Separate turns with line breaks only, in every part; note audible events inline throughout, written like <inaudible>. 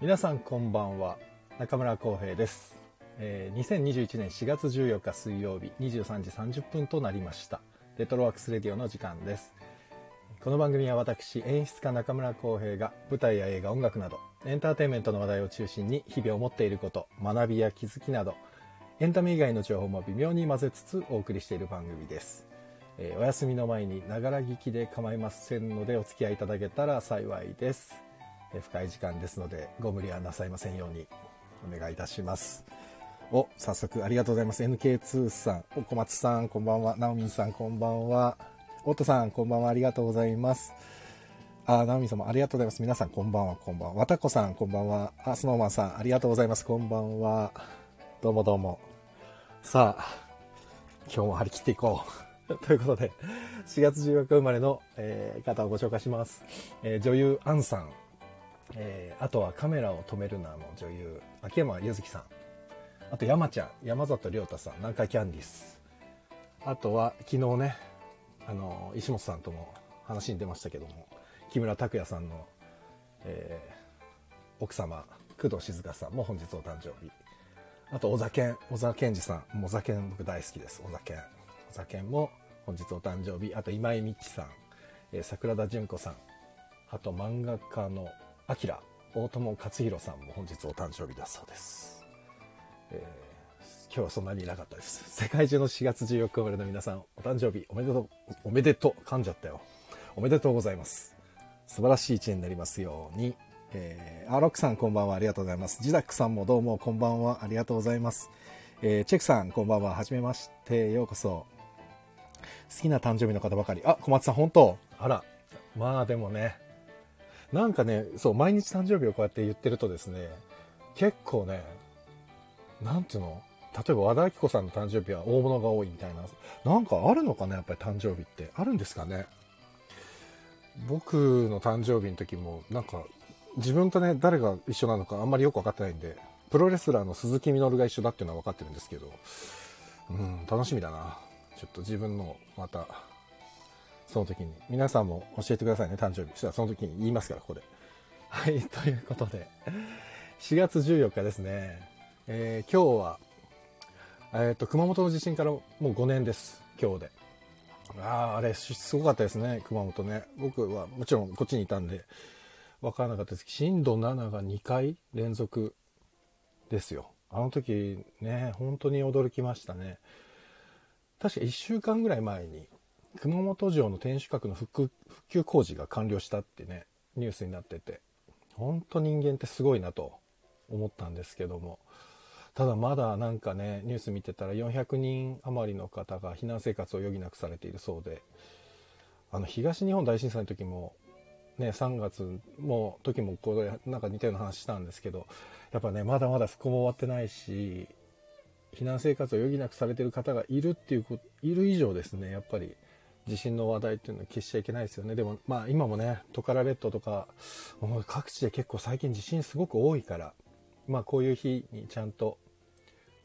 皆さんこんばんは中村浩平です、えー2021年4月14日水曜日23時30分となりましたレトロワークスレディオの時間ですこの番組は私演出家中村浩平が舞台や映画音楽などエンターテインメントの話題を中心に日々思っていること学びや気づきなどエンタメ以外の情報も微妙に混ぜつつお送りしている番組ですえーお休みの前にながら聞きで構いませんのでお付き合いいただけたら幸いです、えー深い時間ですのでご無理はなさいませんようにお願いいたしますお早速ありがとうございます NK2 さんお小松さんこんばんはナオミンさんこんばんはオットさんこんばんはありがとうございますあナオミンさんもありがとうございます皆さんこんばんはこんばんはわたこさんこんばんはあスノーマンさんありがとうございますこんばんはどうもどうもさあ今日も張り切っていこう。 <laughs> ということで、4月14日生まれの、えー方をご紹介します。えー女優アンさん、えーあとはカメラを止めるなの女優、秋山ゆずきさん、あと山ちゃん、山里亮太さん、南海キャンディス、あとは昨日ね、あの、石本さんとも話に出ましたけども、木村拓哉さんの、えー奥様、工藤静香さんも本日お誕生日。あと、小座健、小沢健二さん。もう小沢健僕大好きです。小沢健。小沢健も本日お誕生日。あと、今井美樹さん、えー桜田淳子さん。あと、漫画家のアキラ、大友克弘さんも本日お誕生日だそうです。えー今日はそんなにいなかったです。世界中の4月14日生まれの皆さん、お誕生日おめでとう、おめでとう、噛んじゃったよ。おめでとうございます。素晴らしい一年になりますように。えー、アロックさんこんばんはありがとうございます。ジダックさんもどうもこんばんはありがとうございます。えーチェクさんこんばんははじめましてようこそ。好きな誕生日の方ばかり。あ、小松さん本当あら。まあでもね。なんかね、そう、毎日誕生日をこうやって言ってるとですね、結構ね、なんていうの例えば和田アキ子さんの誕生日は大物が多いみたいな。なんかあるのかなやっぱり誕生日って。あるんですかね僕の誕生日の時もなんか自分とね誰が一緒なのかあんまりよく分かってないんでプロレスラーの鈴木みのるが一緒だっていうのは分かってるんですけどうん楽しみだなちょっと自分のをまたその時に皆さんも教えてくださいね誕生日そしたらその時に言いますからここで <laughs> はいということで4月14日ですね、えー今日は、えー、と熊本の地震からもう5年です今日でああ、あれ、しすごかったですね、熊本ね。僕は、もちろんこっちにいたんで、わからなかったですけど、震度7が2回連続ですよ。あの時ね、本当に驚きましたね。確か1週間ぐらい前に、熊本城の天守閣の復旧復旧工事が完了したってね、ニュースになってて、本当人間ってすごいなと思ったんですけども、ただまだなんかねニュース見てたら400人余りの方が避難生活を余儀なくされているそうであの東日本大震災の時も、ね、3月も時もこれなんか似たような話したんですけどやっぱねまだまだ復興も終わってないし避難生活を余儀なくされている方がいるっていうこいる以上ですねやっぱり地震の話題っていうのは決しちゃいけないですよねでもまあ今もねトカラ列島とかもう各地で結構最近地震すごく多いからまあこういう日にちゃんと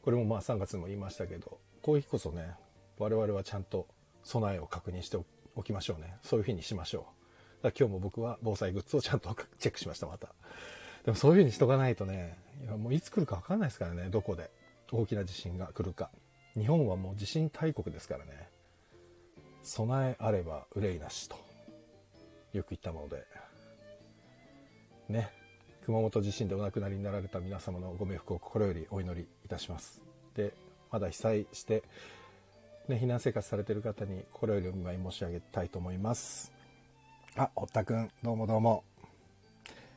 これもまあ3月にも言いましたけどこういう日こそね我々はちゃんと備えを確認しておきましょうねそういう日にしましょうだから今日も僕は防災グッズをちゃんとチェックしましたまたでもそういうふうにしとかないとねいやもういつ来るか分かんないですからねどこで大きな地震が来るか日本はもう地震大国ですからね備えあれば憂いなしとよく言ったものでね熊本地震でお亡くなりになられた皆様のご冥福を心よりお祈りいたしますでまだ被災して、ね、避難生活されている方に心よりお見舞い申し上げたいと思いますあ堀田君どうもどうも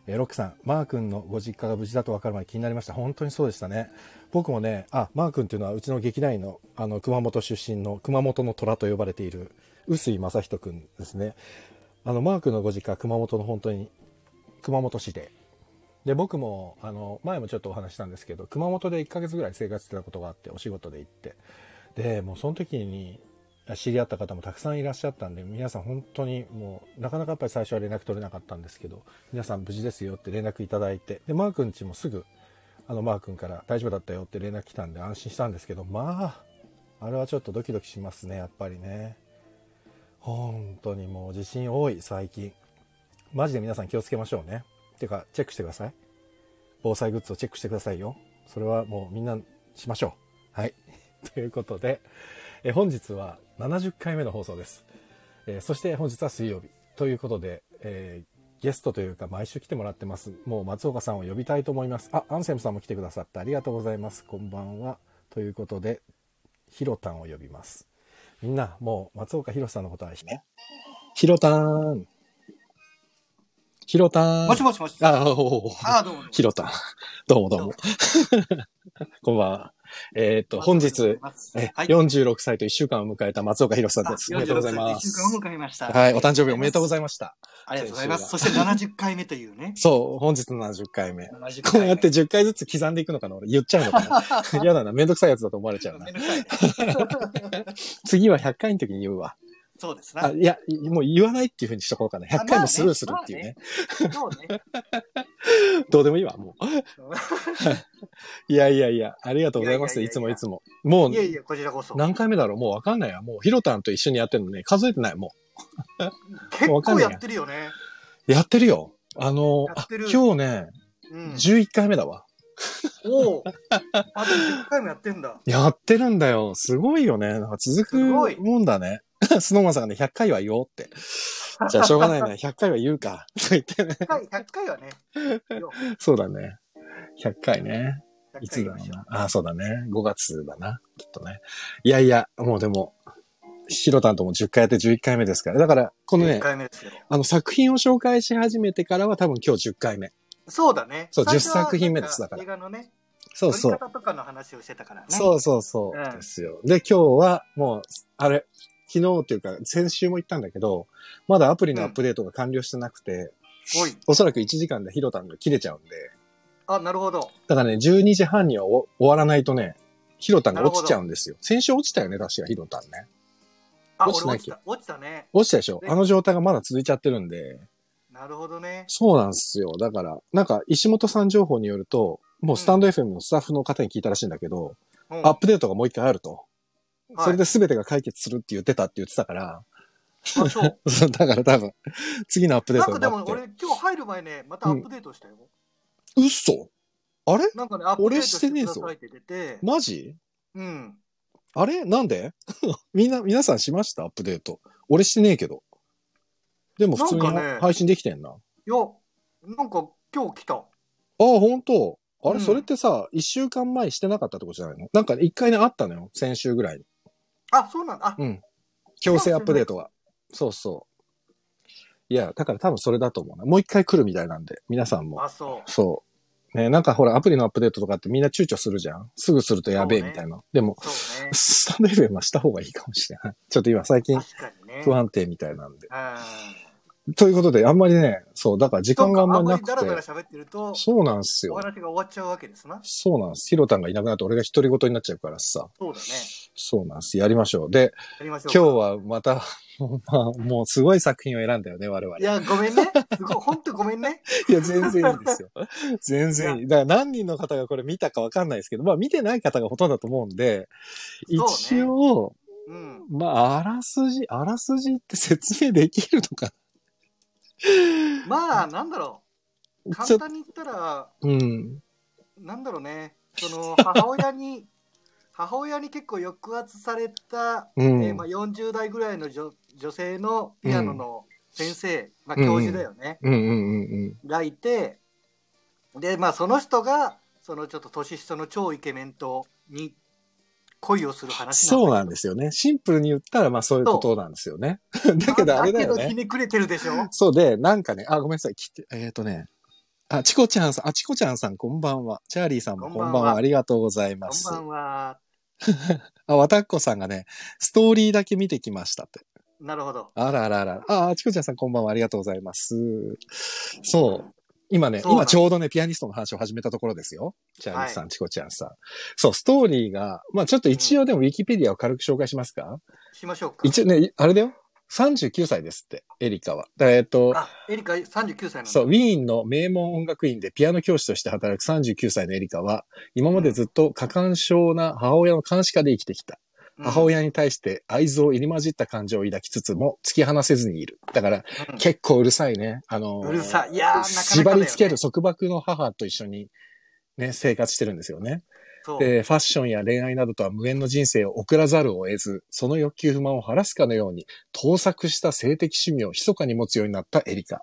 えーロックさん、マー君のご実家が無事だと分かるまで気になりました。本当にそうでしたね。僕もね、あ、マー君っていうのはうちの劇団員の、あの、熊本出身の、熊本の虎と呼ばれている、臼井正人君ですね。あの、マー君のご実家は熊本の本当に、熊本市で、で僕もあの前もちょっとお話ししたんですけど熊本で1ヶ月ぐらい生活してたことがあってお仕事で行ってでもうその時に知り合った方もたくさんいらっしゃったんで皆さん本当にもうなかなかやっぱり最初は連絡取れなかったんですけど皆さん無事ですよって連絡いただいてでマー君ちもすぐあのマー君から大丈夫だったよって連絡来たんで安心したんですけどまああれはちょっとドキドキしますねやっぱりね本当にもう地震多い最近マジで皆さん気をつけましょうねてかチェックしてください防災グッズをチェックしてくださいよ。それはもうみんなしましょう。はい。 <laughs> ということで、えー本日は70回目の放送です。えーそして本日は水曜日。ということで、えーゲストというか毎週来てもらってます。もう松岡さんを呼びたいと思います。あ、アンセムさんも来てくださってありがとうございます。こんばんは。ということで、ひろたんを呼びます。みんな、もう松岡ひろさんのことはひね。ひろたん。ひろたん。
もしもしもし。
あ、おお。
ああ、どうもどうも。
ひろたん。 <laughs> どうもどうも。 <laughs> こんばんは。えっ、と、本日、え、
はい。
46歳と1週間を迎えた松岡弘さん
あ
です。おめでとうございま
46歳の一週
す。
間を迎えました。
はい、お誕生日おめでとうござ
い
いました。
ます。ありがとうございます。そして70回目というね。
そう、本日の70回目。
70回目
<laughs> こうやって10回ずつ刻んでいくのかな俺言っちゃうのか
<laughs>
な嫌だな、めんどくさいやつだと思われちゃうな
め。んどくさいね
次は100回の時に言うわ。
そうです
あ、
な。
いや、もう言わないっていうふうにしとこうかな。100回もスルーするっていうね。
そうね。
どうでもいいわ、もう。
<laughs>
<laughs> いやいやいや、ありがとうございます。
い
い
やいやいやいや
つもいつも。もう
いやいや、こちらこそ。
何回目だろうもうわかんないや。もうヒロタンと一緒にやってるのね、数えてない、も
結
わかん
構
ない
やってるよね。
う。やってるよ。あの、
や
あ
ってる
今日ね、
うん。
11回目だわ。
おお。あと10回もやってんだ。
やってるんだよ。すごいよね。なんか続
すごい
くもんだね。 <laughs> スノーマンさんがね、100回は言おうって。じゃあしょうがない
<laughs>
な、100回は言うか。と言ってね。
100回、100回はね。よ
そうだね。100回ね。
100
い
回
つ
や
だ
り
ろ
ま
う
しょう
な。あ、そうだね。5月だな。きっとね。いやいや、もうでも、ヒロタンとも10回やって11回目ですから。だから、この
10
ね、
回目ですよ。
あの作品を紹介し始めてからは多分今日10回目。
そうだね。
そう
最初は
10作品目です
なん
だから
映画のね、
そう
撮
そ
り
う。
方とかの話をしてたからね。
そうそうそう
うん
ですよ。で、今日はもう、あれ、昨日というか先週も言ったんだけど、まだアプリのアップデートが完了してなくて、
おい。
おそらく1時間でヒロタンが切れちゃうんで、
あ、なるほど。
だからね、12時半にはお終わらないとね、ヒロタンが
なるほ
落
ど
ちちゃうんですよ。先週落ちたよね、確かヒロタンね。
あ、
落ち
俺
てない
落ちた。落ちたね。
落ちたでしょ
ね
あの状態がまだ続いちゃってるんで。
なるほどね。
そうなんですよ。だから、なんか石本さん情報によると、もうスタンド FM のスタッフの方に聞いたらしいんだけど、
うん
アップデートがもう一回あると。
はい
それで全てが解決するって言ってたって言ってたから、<laughs>
あそう。
そうだから多分、次のアップデー
な
ト
ん
が
か
待
で
って
も俺今日入る前ね、またアップデートしたよ。
嘘あれ
なんかね、アップデートしてくださいって出て、
マジ
うん。
あれなんで <laughs> みんな、皆さんしましたアップデート。俺してねえけど。でも普通に
なんかね
配信できてんな。
いや、なんか今日来た。
ああ、本当あれ、
うん
それってさ、一週間前してなかったってことじゃないのなんかね一回ね、あったのよ。先週ぐらいに。
あ、そうなんだ。あ、
うん。強制アップデートが。そうそう。いや、だから多分それだと思うな。もう一回来るみたいなんで、皆さんも。
あそ
そう。ね、なんかほら、アプリのアップデートとかってみんな躊躇するじゃんすぐするとやべえ
そうね
みたいな。でも、
う。そ
<laughs>
うね。
スタンド FM はした方がいいかもしれない。 <laughs> ちょっと今最近
確かにね。
不安定みたいなんで。
うん。
ということで、あんまりね、そう、だから時間があんまりなく
そうかあんまりダラダラ
て。
喋ってると、
そうなんす
お
よ。
話が終わっちゃうわけですな。
そうなんす。ヒロタンがいなくなって俺が独り言になっちゃうからさ。
そうだね。
そうなんす。やりましょう。で、
やりましょう。
今日。はまた、 <laughs> まあ、もうすごい作品を選んだよね、我々
い。や、ごめんね。すごい、ほんとごめんね。
いや、全然いいですよ。全然いい。だから何人の方がこれ見たかわかんないですけど、まあ見てない方がほとんどだと思うんで、
そうね
一応、
うん。
まあ、あらすじ、あらすじって説明できるのか
まあ、なんだろう。
なちょ
簡
っと、
単に言ったら、
うん。
なんだろうね、
<laughs>
その母親に、母親に結構抑圧された、
う
えー
ん
まあ、。40代ぐらいの女女性のピアノの先生、まあ、
うん
教授だよね、
うんうんうん
がいて、で、まあ、その人が、そのちょっと年下の超イケメンとに恋をす
う
る
ん。
話
そう
だ
なんですよね。シンプルに言ったら、まあそういうことなんですよね。 <laughs> だけどあれだよ
けどひ
ね。
ねくれてるでしょ。
そうで、なんかね、あ、ごめんなさい。きえっ、とね。あ、チコちゃんさん、あ、チコちゃんさん、こんばんは。チャーリーさんもこんばんは。
こんばんは
ありがとうござい
こ
ます。
んばんは。
あ、わたっこさんがね、ストーリーだけ見てきましたって。
なるほど。
あらあらあら。ああ、チコちゃんさんこんばんは。ありがとうございます。そう。今ね、
そうなん
今ちょうどね、ピアニストの話を始めたところですよ。チャーリーさん、チコちゃんさん。そう、ストーリーが、まあちょっと一応でもウィキペディアを軽く紹介しますか、
しましょうか。
一応ね、いあれだよ。39歳ですって、エリカは。だからえっと、
あ、エリカ39歳なんだ。
そう、ウィーンの名門音楽院でピアノ教師として働く39歳のエリカは、今までずっと過干渉な母親の監視下で生きてきた。
うん
母親に対して愛憎を入り混じった感情を抱きつつも突き放せずにいる。だから
うん
結構うるさいね。あの、
うるさい。いやー、なかなかだよね、
縛り付ける束縛の母と一緒にね、生活してるんですよね。
そう。
で、ファッションや恋愛などとは無縁の人生を送らざるを得ず、その欲求不満を晴らすかのように、盗作した性的趣味を密かに持つようになったエリカ。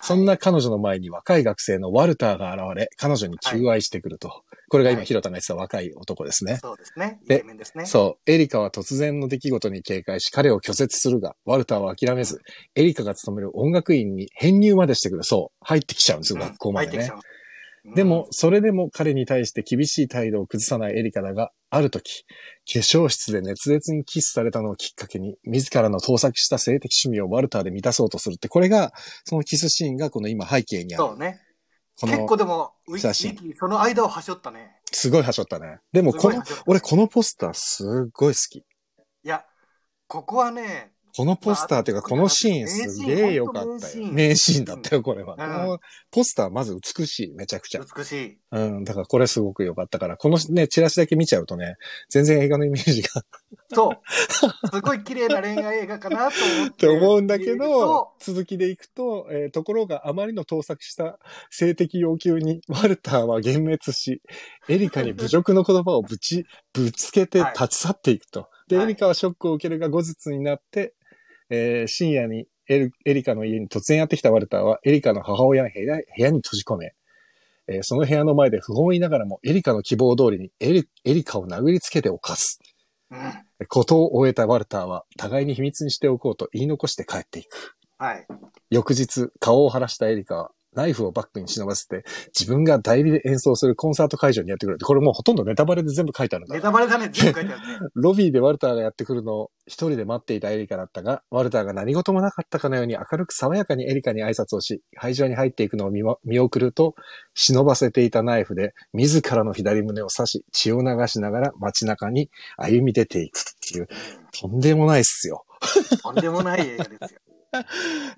そんな彼女の前に若い学生のワルターが現れ、彼女に求愛してくると。これが今、
はい
ヒロタが言ってた若い男ですね。
そうですね。イ
で
ケメンですね。
そう。エリカは突然の出来事に警戒し、彼を拒絶するが、ワルターは諦めず、エリカが勤める音楽院に編入までしてくる。そう。入ってきちゃうんです
うん
よ、学校まで
入ってき
ね
ちゃ。う
でも、、それでも彼に対して厳しい態度を崩さないエリカだが、ある時、化粧室で熱烈にキスされたのをきっかけに、自らの盗作した性的趣味をワルターで満たそうとするって、これが、そのキスシーンがこの今背景に
うん
ある。
そうね。
こ
結
の、
構でも、ウィウ
写真
ィキ、その間をはしょったね。
すごい端折ったね。でも、
すご
こ
い
の
端折った、
俺このポスターすっごい好き。
いや、ここはね、
このポスターっていうか、このシーンすげえ良かったよ。名
名
シー
シー
ン
ン
だったよ、これは。こ
うん
のポスターまず美しい、めちゃくちゃ。
美しい。
うん、だからこれすごく良かったから、このね、チラシだけ見ちゃうとね、全然映画のイメージが
そう。すごい綺麗な恋愛映画かなと思っ。
って <laughs> て思うんだけ
見ると
ど、続きでいくと、えーところがあまりの盗作した性的要求に、ワルターは幻滅し、エリカに侮辱の言葉をぶち、ぶつけて立ち去っていくと。で、
はい
エリカはショックを受けるが後日になって、えー深夜にエルエリカの家に突然やってきたワルターは、エリカの母親の部屋部屋に閉じ込め、えーその部屋の前で不本意ながらも、エリカの希望通りにエリエリカを殴りつけて犯す。
うん。
ことを終えたワルターは、互いに秘密にしておこうと言い残して帰っていく。
はい。
翌日、顔を晴らしたエリカは、ナイフをバッグに忍ばせて、自分が代理で演奏するコンサート会場にやってくるって。これもうほとんどネタバレで全部書いてあるんだ
ネ。タバレだね、全部書いて
<laughs>
あるね。
ロビーでワルターがやってくるのを一人で待っていたエリカだったが、ワルターが何事もなかったかのように明るく爽やかにエリカに挨拶をし、会場に入っていくのを見,、見送ると、忍ばせていたナイフで自らの左胸を刺し、血を流しながら街中に歩み出ていくっていう、とんでもないっすよ。
とんでもない映画ですよ。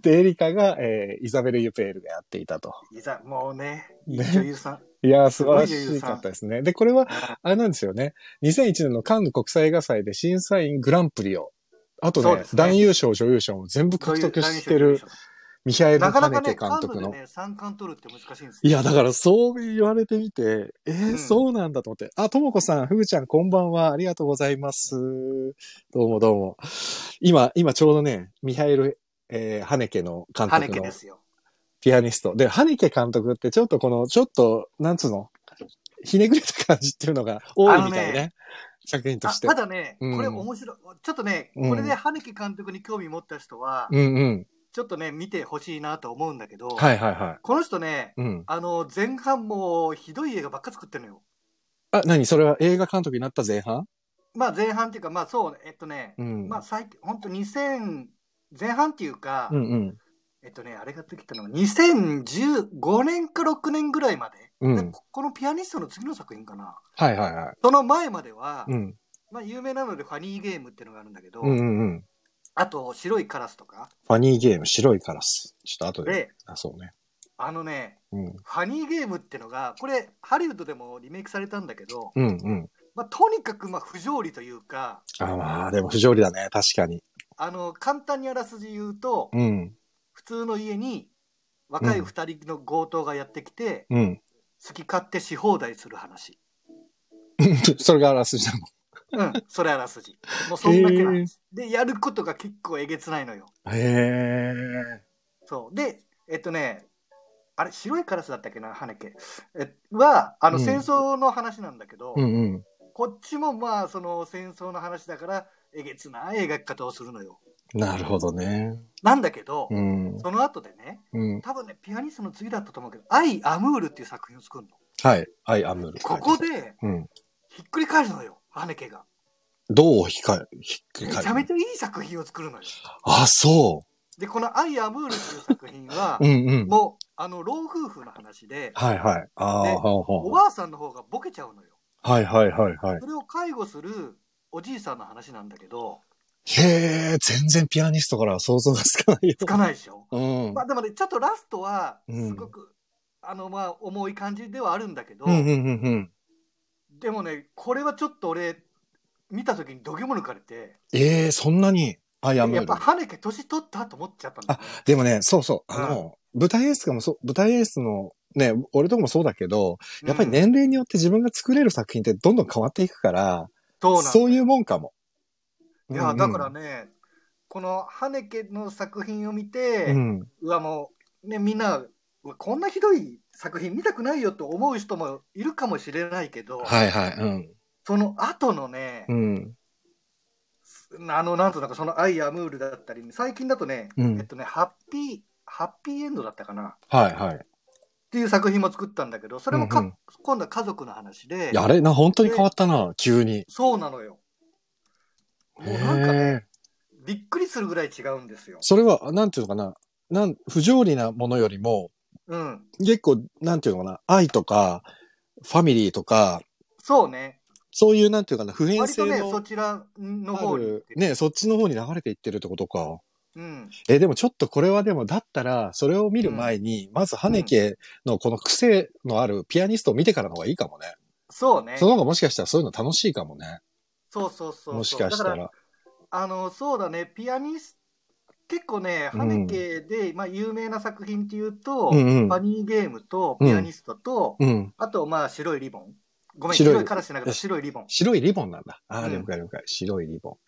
で、エリカが、えーイザベル・ユペールがやっていたと。
いざ、もうね、いい
ね
女優さん。
いやー、素晴ら
すごい
し
優
か
さ
ったですね。で、これは、あれなんですよね。2001年のカンヌ国際映画祭で審査員グランプリを、あと
そう
ね
で、すね
男優賞、女優賞も全部獲得してる。ミヒャエル・
なか
カ
な
ネテ
かね、
監
カン
督
ヌで
の。
ね、三冠取るって難しいんです
い
よ
や、だからそう言われてみて、えー
うん
そうなんだと思って。あ、ともこさん、ふぐちゃん、こんばんは。ありがとうございます。どうもどうも。今、今ちょうどね、ミヒャエル、えーハネケの監
ハネ
督
ケ
の
ですよ。
ピアニスト。で、ハニケ監督ってちょっとこの、ちょっと、なんつうの、ひねくれた感じっていうのが多いみたいね。
あのね
作品と
あ
して
た。だね、
うん
これ面白い。ちょっとね、
うん
これでハネケ監督に興味持った人は、
うんうん。
ちょっとね、見てほしいなと思うんだけど、
はいはいは
この人ね、
い。うん。
あの、前半もうひどい映画ばっか作ってるのよ。
あ、何それは映画監督になった前半
まあ前半っていうか、まあそう、えっとね、
うん。
まあ最近、ほんと2000、前半っていうか、
うんうん。
えっとね、あれができたのは2015年か6年ぐらいまで。
うん
でここのピアニストの次の作品かな。
はいはいは
その前までは、
い。うん。
まあ有名なのでファニーゲームっていうのがあるんだけど、
うんうんうん。
あと白いカラスとか。
ファニーゲーム、白いカラス。ちょっと後で。
で、
あ、そうね。
あのね、
うん。
ファニーゲームってのが、これハリウッドでもリメイクされたんだけど、
うんうん。
まあとにかくまあ不条理というか、
あ、まあ、でも不条理だね。確かに。
あの、簡単にあらすじ言うと、
うん。
普通の家に若い二人の強盗がやってきて、
うん。 <laughs>
好き勝手し放題する話。
それがあらすじだも
うん、それあらすじ。もうそんだけなん
へえ
です。で、やることが結構えげつないのよ。
ん。へえ。
そう。で、えっとね、あれ、白いカラスだったっけな、ハネケ。えは、あの、
うん
戦争の話なんだけど、
うんうん。
こっちもまあ、その戦争の話だから、えげつない描き方をするのよ。
なるほどね。
なんだけど、
うん。
その後でね、
うん。
多分ね、ピアニストの次だったと思うけど、アイ・アムールっていう作品を作るの。
はい。アイアムール。
ここで、
うん。
ひっくり返るのよ、ハネケが。
どうひかひっくり
め
返
ち
る
ゃめちゃいい作品を作るのよ。
あ、そ
で、このアイ・アムールっていう作品は
う。う、んうん。
もう、あの、老夫婦の話で、
はいはい。あ
で
あ、ほう
お
ほ
ばあさんの方がボケちゃうのよ。
う。はいはいはいはい。
それを介護するおじいさんの話なんだけど、
へえ、全然ピアニストからは想像がつかないよ。
つかないでしょ。
うん。
まあ、でもね、ちょっとラストは、
うん
すごく、あの、まあ、重い感じではあるんだけど、
うんうんうんうん。
でもね、これはちょっと俺、見た時にどぎも抜かれて、
ええ、そんなに。アイアム
や
ー
っ
ル
ぱ。ハネケ年取ったと思っちゃったんだよね、
でもね、そうそう。あの、舞台演出かもそう、舞台演出のね、俺とかもそうだけど、
うん
やっぱり、年齢によって自分が作れる作品ってどんどん変わっていくから、
そうなんだ
そういうもんかも。
いや、だから
ね。
ね、このハネケの作品を見
う
て、
ん。
うわ、もう、ね、みんな、うわこんなひどい作品見たくないよと思う人もいるかもしれないけど、
はいはい。うん。
その後のね
う、ん。
あの、なんとなくそのアイ・アムールだったり、最近だとね、
うん
えっとね、ハッピー、ハッピーエンドだったかなっ
はいはい。
ていう作品も作ったんだけど、それもか、
うんうん
今度は家族の話で
い、や、あれな、本当に変わったな、急に。
そうなのよ。もうなんかね、
へえ。
びっくりするぐらい違うんですよ。
それは、なんていうのかな、なん、不条理なものよりも、
うん。
結構、なんていうのかな、愛とか、ファミリーとか、
そうね。
そういう、なんていうかな、普遍
割と
性
ね、
の
そちらの
あ
方に行っ
る
て、る。
ね、そっちの方に流れていってるってことか。
うん。
え、でもちょっとこれはでも、だったら、それを見る前に、まず、ハネケのこの癖のあるピアニストを見てからの方がいいかもね。
そうね。
その方がもしかしたらそういうの楽しいかもね。
そうそうそうそう。
もしかした
だ
ら。
から、あの、そうだね、ピアニス結構ね、
うん
ハネケで、まあ、有名な作品っていうと、
うんうん
ファニーゲームと、ピアニストと、
うん。
あと、まあ、白いリボン。ごめん、
白い
白いカラスなかった白いリボン。
白いリボンなんだ。ああ、
うん
了解了解。白いリボ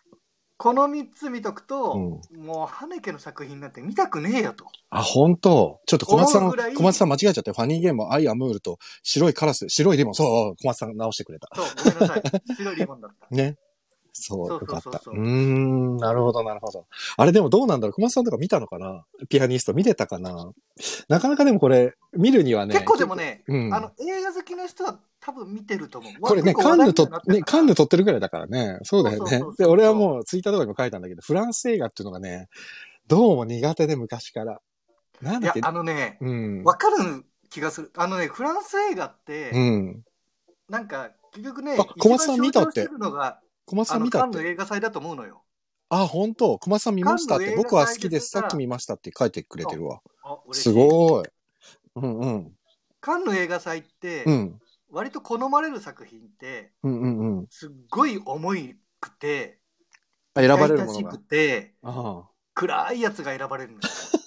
この3つ見とく
ン。
と、
うん。
もう、ハネケの作品なんて見たくねえよと。
あ、本当ちょっと小松さ
思
ん、
うぐらい
小松さん間違えちゃって、ファニーゲーム、アイアムールと白いカラス、白いリボン、そう、小松さん直してくれた。
そう、ごめんなさ
<laughs>
い。白いリボンだった。
ね。そう、
そ
よ
うそ
か
う
った。
そううそ
ー
う
ん、なるほど、なるほど。あれでもどうなんだろう小松さんとか見たのかなピアニスト見てたかななかなかでもこれ、見るにはね。
結構でもね、
うん
あの、映画好きな人は多分見てると思う。
これね、
結構
カ
話
ン
題
ヌと
にはなっ、てる
ね、カンヌ撮ってるぐらいだからね。そうだよ
そうそう
ね
そうそ。う
で、俺はもうツイッターとかにも書いたんだけど、フランス映画っていうのがね、どうも苦手で昔から。なん
い
だっ
や
け、
あのね、
うん。
わかる気がする。あのね、フランス映画って、
うん。
なんか、結局ね
あ、小松さん見たって
一番象徴してるのが、
小松さ
あ
ん
の、
見
カ
たっ
ンヌ
て。
映画祭だと思うのよ。
あ、本当小松さん見ましたっ
カ
て。
ンヌ映画
僕は好きです。
祭で
さ
さ
っき見ましたって書いてくれてるわ。
あ嬉し
すごい。うんうん。
カンヌ映画祭って、
うん。
割と好まれる作品って、
うんうんうん。
すっごい重いくて、
あ選ばれるも
痛
の
々
が
しく。て、
あ
暗いやつが選ばれる
<laughs>
んですよ。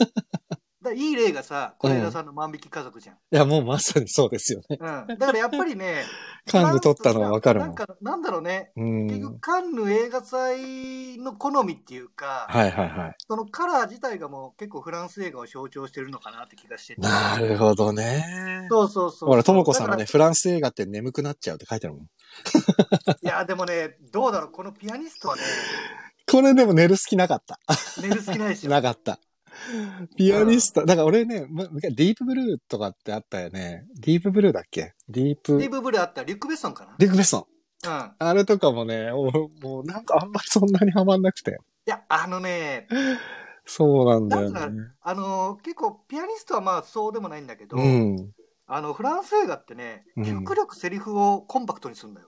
だからいい例がさ、是枝さんの万引き家族じゃん。
あ。いや、もうまさにそうですよ
<laughs>
ね。
うん。だからやっぱりね、
<laughs> カンヌ撮ったのはわかるも
なんん。か、なんだろうね。
うん。
結局、カンヌ映画祭の好みっていうか、
はいはいはい。
そのカラー自体がもう結構フランス映画を象徴してるのかなって気がしてて。
なるほどね。
そうそうそう。
ほら、ともこさんはね、
だか
フランス映画って眠くなっちゃうって書いてあるもん。
ら。いや、でもね、どうだろう、このピアニストはね、
これでも寝る隙なかった。
寝る好きないし。
<laughs> なかった。ピアニスト。だから俺ね、む昔ディープブルーとかってあったよね。ディープブルーだっけディープ、
ス
デ
ティーブ・ブルーあったらリュック・ベッソンかな。
ィックベソン。
うん。
あれとかもね、もうもうなんかあんまりそんなにハマんなくて。
いや、あのね、
そうなんだよ
だか
ね。
あのー結構ピアニストはまあそうでもないんだけど、
うん。
あの、フランス映画ってね、
うん
極力セリフをコンパクトにするんだよ。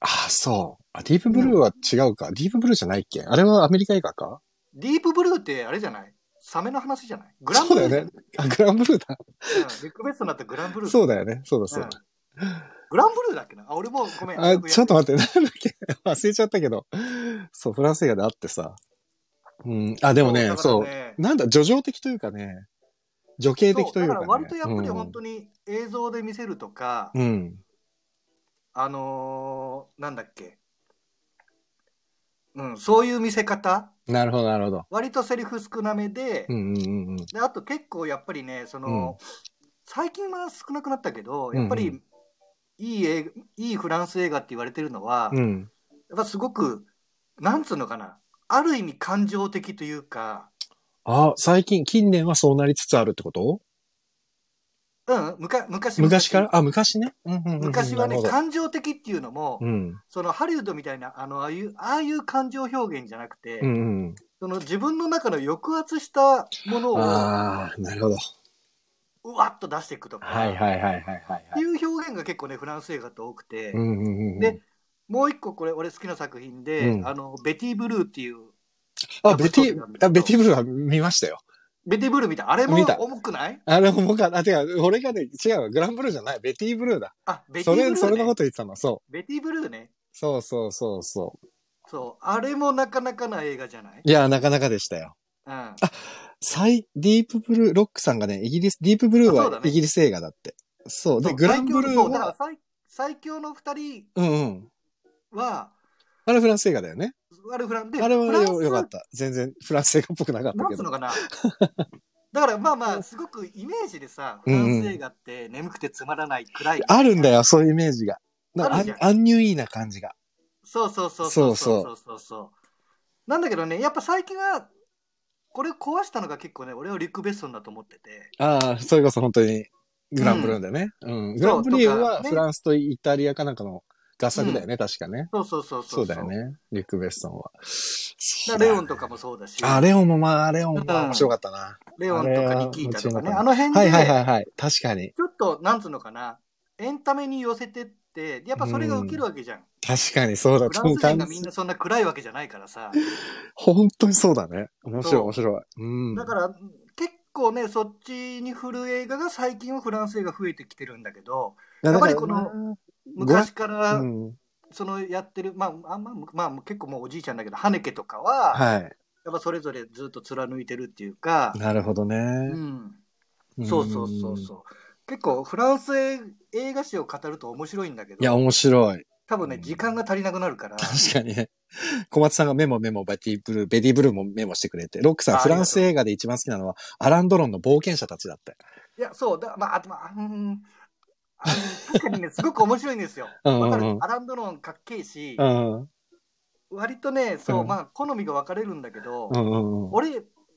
あ、そう。あ、ディープブルーは違うか。ディープブルーじゃないっけあれはアメリカ映画か
ディープ・ブルーってあれじゃないサメの話じゃないグラン
そ
ブ
う
ル
だ
ー
よ
じゃん
ね。あ、グランブルーだ。
うんリュック・ベッソンだったらグランブルー
そうだよね。そうだそうだ。
グランブルーだっけなあ、俺もうごめん。
あ、ちょっと
待
待って、なんだっけ忘れちゃったけど。そう、フランス映画であってさ。うん。あ、でもね、そう。なんだ、叙情的というかね、女系的というか、ね。
だから割とやっぱり本当
に。
に映像で見せるとか、
うん。
あのーなんだっけ。うん、そういう見せ方
なるほど、なるほど。
割とセリフ少なめで、
うんうんうんうん。
であと結構やっぱりね、その、最近は少なくなったけど、やっぱ
うんう
りいい映画、いいフランス映画って言われてるのは、
う
やっ
ん。
ぱすごく、なんつうのかな、ある意味感情的というか、
あ、最近、近年はそうなりつつあるってこと
うん、むか昔
昔からあ、昔ね。うんうんうんうん
昔は
なる
ね、
ほど
感情的っていうのも、
うん。
そのハリウッドみたいな、あの、ああいう、ああいう感情表現じゃなくて、
うんうん。
その自分の中の抑圧したものを、
ああ、なるほど。
うわっと出していくとか、
はいはいはいはいはい
って
はいい。
う表現が結構ね、フランス映画と多くて、
うんうんうんうん。
でもう一個これ、俺好きな作品で、
うん
あの、ベティ・ブルーっていう、
あ、ベティ、あベティブルーは見ましたよ。
ベティ・ブルーみたいな、あれも
見た
重くない
あれもか、あ、違う、俺がね、違うわ、グランブルーじゃない、ベティブルーだ。
あ、ベテ
そ
ィ・ブルー、
れ、
ね。
それのこと言ってたの、そう。
ベティ・ブルーね。
そうそうそうそう。
そう。あれもなかなかな映画じゃない
いや、なかなかでしたよ。
うん。あ、
サイ、ディープブルー、ロックさんがね、イギリス、ディープブルー
あそう
は
だね
イギリス映画だって。そう。で、
そう
グランブルー
最強のそうだから
は、
最最強の二人
うんうん。
は、
あれフランス映画だよね。
あれフランで、
あれは
フランス
よよかった。全然フランス映画っぽくなかった
なん
け
つう
ど
の。かな。だからまあまあ、すごくイメージでさ、フ
うん
ラ
うん
ンス映画って眠くてつまらない暗い。
あるんだよ、そういうイメージが。なんか
あ
ア
るじ
ン
ゃん
アンニュイーな感じが。
そうそうそうそうそうそうそうそう。なんだけどね、やっぱ最近は、これを壊したのが結構ね、俺はリュック・ベッソンだと思ってて。
ああ、それこそ本当にグランブルーだよね。うん。グランブルーは
とかね
フランスとイタリアかなんかの合作だよね、確かね。
そうそうそう
そ
そうう。
だよ。ね。リュック・ベッソンは。
だからレオンとかもそうだし、
あ、レオンもまあ、レオンも
うん
面白かったな。
レオンとかニキータとかね、あの辺
はいはいは
で、
いはい。確かに。
ちょっと、なんつうのかな、エンタメに寄せてって、やっぱそれがウケるわけじゃん。
確かにそうだ
フランス人がみん
感
なそんな暗いわけじゃないからさ。
じ本当にそうだね。面白い
そう
面白い。うん。
だから結構ねそっちに振る映画が最近はフランス映画増えてきてるんだけど
だ
や
か
っぱ
ら
りこの昔
昔
から
うん。
そのやってる、まああんままあ結構もうおじいちゃんだけどハネケとかは、
は
やっぱそれぞれずっと貫いてるっていうか
い。、なるほどね。
うん、そうそうそう
うん。
そう結構フランス映画史を語ると面白いんだけ
いや、
ど
面白い。
多分ね時間が足りなくな
<laughs>
るから
確かにね。小松さんがメモメモ、ベティブルー、ベティブルーもメモしてくれて。ロックさん、
あ
フランス映画で一番好きなのは、アランドロンの冒険者たちだって。
いやそうだまああとまあうんあの確かにねすごく面白いんですよ。
うんうんうん
わかるアランドロンかっけえし、
うん。うん
割とねそう、
うん
まあ好みが分かれるんだけど、
うんうん。
俺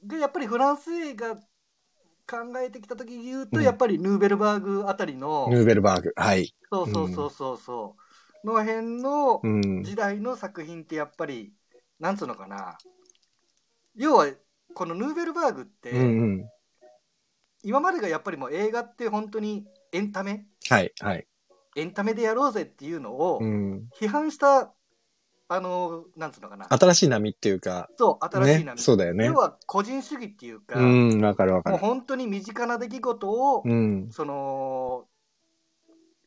がやっぱりフランス映画考えてきた時に言うと、
うん
やっぱりヌーベルバーグあたりの、
ヌーベルバーグ。はい。
そうそうそうそうそう、の辺の
うん。
時代の作品ってやっぱりなんつうのかな要はこのヌーベルバーグって、
うんうん。
今までがやっぱりもう映画って本当にエンタメ
はい、はい。
エンタメでやろうぜっていうのを
うん。
批判した、あのなんつうのかな
新しい波っていうか、
そう新しい波、
ね。そうだよね
要。は個人主義っていうか、
うん、わかるわか
もう
る。
本当に身近な出来事を、
うん。
その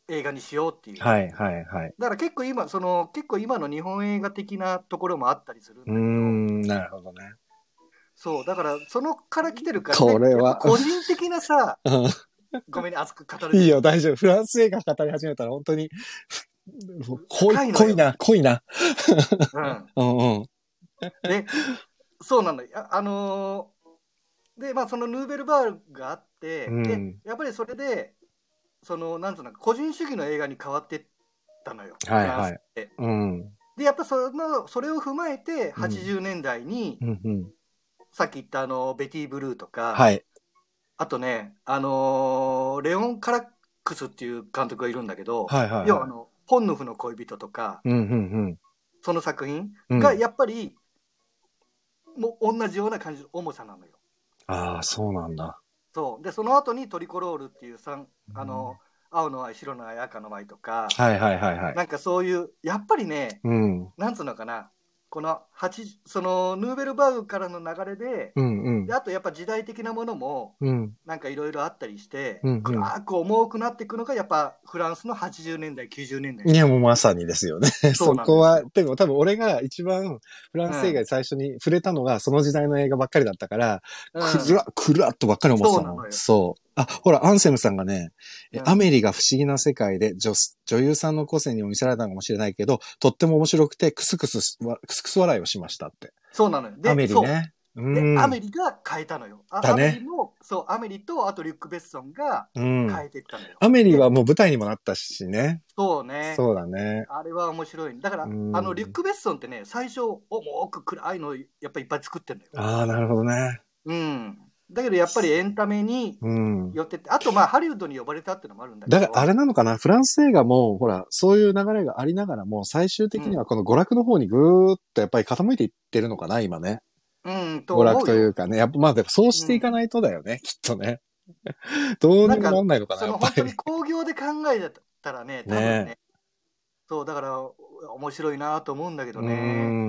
映画にしようっていう、
はい、はい、はい。
だから結構今その結構今の日本映画的なところもあったりするんだ
う
けど、
ん、なるほどね。
そうだからそのから来てるから、
これは
やっぱ個人的なさ
うん
ごめんね熱く語る
いいよ、大丈夫。フランス映画語り始めたら本当に、濃
深
い、
いのよ
濃いな、濃いな。
うん、
うんうん。
でそうなのよああのーでまあそのヌーベルバーグがあって、
うん
でやっぱりそれでそのなんつうの個人主義の映画に変わってったのよ、
はい
フランス
はい
って
うん。うん
でやっぱそのそれを踏まえて80年代に、
うん。
さっき言ったあのベティ・ブルーとか、
はい。
あとね、あのーレオン・カラックスっていう監督がいるんだけど、
はいはい
要はあ
は
のポンヌフの恋人とか
い。うんうん
その作品
うん。
が
うん、
やっぱり、もう同じような感じの重さなのよ。
ああ、そうなんだ。
そうでその後に「トリコロール」っていうさんあの、青の愛白の愛赤の愛」とか、
はいはいはいはい。
なんかそういうやっぱりね
うん。うん
なんつうのかなこの八そのヌーベルバーグからの流れで
うん
で。あとやっぱ時代的なものも
うん。
なんかいろいろあったりして、
うんうん
暗く重くなっていくのがやっぱフランスの80年代90年代、
いや、もうまさにですよね。
そう
そ
なんですよ
こは、でも多分俺が一番フランス映画で最初に触れたのがその時代の映画ばっかりだったから、
うん
くら、くらっとばっかり思ってた
そうな
の
の。よ
そう。あ、ほら、アンセムさんがね、え
うん
アメリが不思議な世界で女女優さんの個性にも見せられたのかもしれないけど、とっても面白くて、クスクスし、クスクス笑いをしましたって。
そうなのよで
アメリ
そう
ね。う
で
ん。
アメリが変えたのよあ
だね
アメリもそうアメリとあとリュック・ベッソンが
うん。
変えていったのよ、
アメリはもう舞台にもなったしね。
そうね
そうだね。
あれは面白いだから、
うん
あのリュック・ベッソンってね最初重く暗いのをやっぱりいっぱい作ってるのよ、
ああ、なるほどね。
うん、だけどやっぱりエンタメに
うん。
寄ってってあとまあハリウッドに呼ばれたっていうのもあるんだけど
だから、あれなのかなフランス映画も、ほら、そういう流れがありながらも、最終的にはこの娯楽の方にぐーっとやっぱり傾いていってるのかな今ね。
うんと
娯
思
楽
う
とい
よ
うかね。やっぱ、まあでもそうしていかないとだよね、きっとね。 <laughs> どうにもなんないのかな
そ
や
の
っぱ
本当
り
に。興行で考えたらね、多分ね、
ね
そう、だから、面白いなと思うんだけど
う
ね。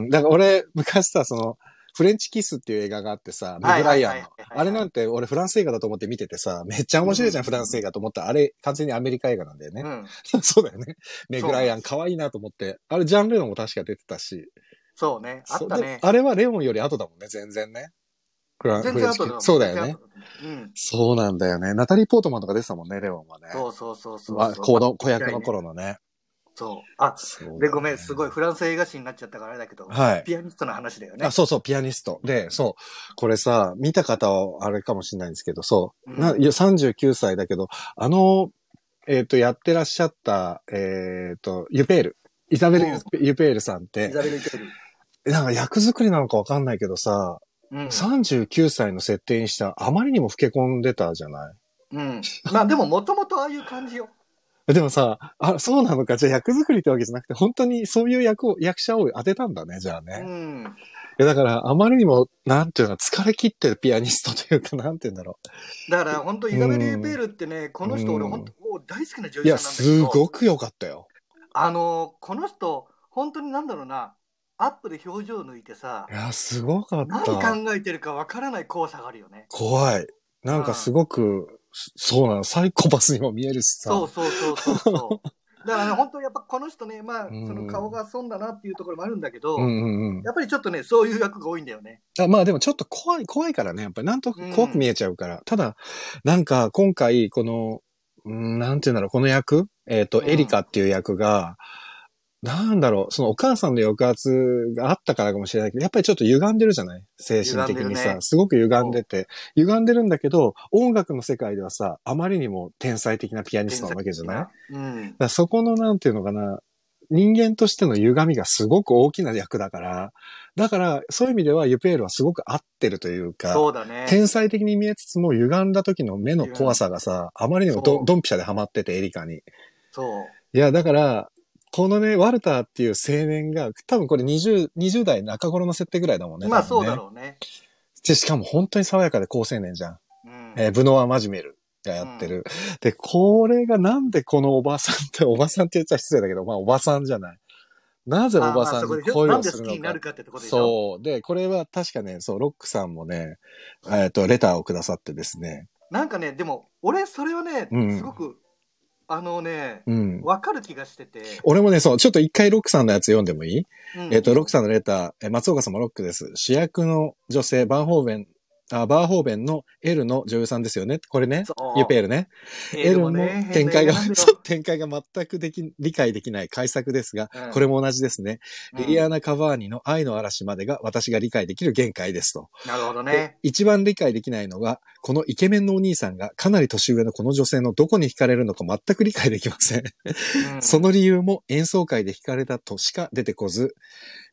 ん。だから俺、昔さ、その、フレンチキスっていう映画があってさ、メ
は
グ
い
ラ
はい
イ
は
ア
い
ン
はい
の。あれなんて俺フランス映画だと思って見ててさ、めっちゃ面白いじゃん、
うん
フランス映画と思ったら、あれ完全にアメリカ映画なんだよね。
うん、
<laughs> そうだよね。メグライア
そうなん
ン
です
可愛いなと思って、あれジャン・レノンも確か出てたし。
そうね、あっ
そう
た
で
ね。
あれはレオンより後だもんね、全然ね。フラン
全然後
フレン
だ
チそうだよね。。
うん。
そうなんだよね。ナタリー・ポートマンとか出てたもんね、レオンはね。
そうそうそうそう。
まあ、子供子役の頃のね。
そう。あ、
そう
で、ごめん、すごいフランス映画史になっちゃったからあれだけど、
はい
ピアニストの話だよね。
あ、そうそう、ピアニスト。で、そう、これさ、見た方はあれかもしれないんですけど、そう、
うん
な、いや39歳だけど、あの、えっ、と、やってらっしゃった、えっ、と、ユペール。イザベル
うん・
ユペールさんっ
イ
て、
ザベル・イケル。
なんか役作りなのかわかんないけどさ、
うん。
39歳の設定にしたあまりにも老け込んでたじゃない
うん。まあでも、もともとああいう感じよ。
でもさ、あ、そうなのか。じゃあ役作りってわけじゃなくて、本当にそういう役を、役者を当てたんだね、じゃあね。
う
い
ん。
や、だから、あまりにも、なんていうの、疲れ切ってるピアニストというか、なんていうんだろ
だから、本当イザベル・イペールってね、この人、俺、
うん
本当もう大好きな女
う。い
優
や、
さんなんだけど、
すごく良かったよ。
あの、この人、本当になんだろうな、アップで表情抜いてさ
い、や、すごかっ
何
た。
考えてるかわからない怖さがあるよね。
怖い。なんかすごく、そそうなの、サイコパスにも見えるしさ。
そうそうそうそうそう。だからね、本当やっぱこの人ね、まあ、
うん
その顔が損だなっていうところもあるんだけど、
うんうんうん
やっぱりちょっとね、そういう役が多いんだよね。
あまあでもちょっと怖い、怖いからね。やっぱりなんとなく怖く見えちゃうから。ただ、なんか今回、この、うんなんていうんだろう、この役、えっ、と、
うん
エリカっていう役が、なんだろう、そのお母さんの抑圧があったからかもしれないけど、やっぱりちょっと歪んでるじゃない精神的に
歪んで
さ、
るね
すごく歪んでて、歪んでるんだけど、音楽の世界ではさ、あまりにも天才的なピアニストなわけじゃないだか
うん。
らそこのなんていうのかな、人間としての歪みがすごく大きな役だから、だから、そういう意味ではユペールはすごく合ってるというか、
そうだね。
天才的に見えつつも歪んだ時の目の怖さがさ、あまりにも
そ
ど
う
ドンピシャでハマってて、エリカに。い
そう。
や、だから、このね、ワルターっていう青年が、多分これ20、20代中頃の設定ぐらいだもんね。
まあ
多
そ
分ね
うだろうね。
で、しかも本当に爽やかで高青年じゃん。
うん。
えーブノア・マジメルがやってる。で、これがなんでこのおばさんって、 <laughs> おばさんって言っちゃ失礼だけど、まあおばさんじゃない。なぜお
あま
ば
あ
さん
そこ
に
でしょ
恋
なん
を
です好
る
きになる
のか。
かってとこでしょ。
そう。で、これは確かね、そう、ロックさんもね、えっ、と、レターをくださってですね。
なんかね、でも、俺、それはね
うん、
すごく、あのね、
うん。
わかる気がしてて。
俺もね、そう、ちょっと一回ロックさんのやつ読んでもいい、
うん
えっと、ロックさんのレター、え松岡様ロックです。主役の女性、バンホーベン、あバーホーベンの L の女優さんですよね。これね。
そう
ユペールね。
エ
L
ルも
も
ね
展開が、
変態なんだ
そ
よ
う展開が全くでき、理解できない改作ですが、
うん
これも同じですね。
うん
リリアーナ・カバーニの愛の嵐までが私が理解できる限界ですと。
なるほど
で
ね。
一番理解できないのが、このイケメンのお兄さんがかなり年上のこの女性のどこに惹かれるのか全く理解できません。
うん
その理由も演奏会で惹かれたとしか出てこず、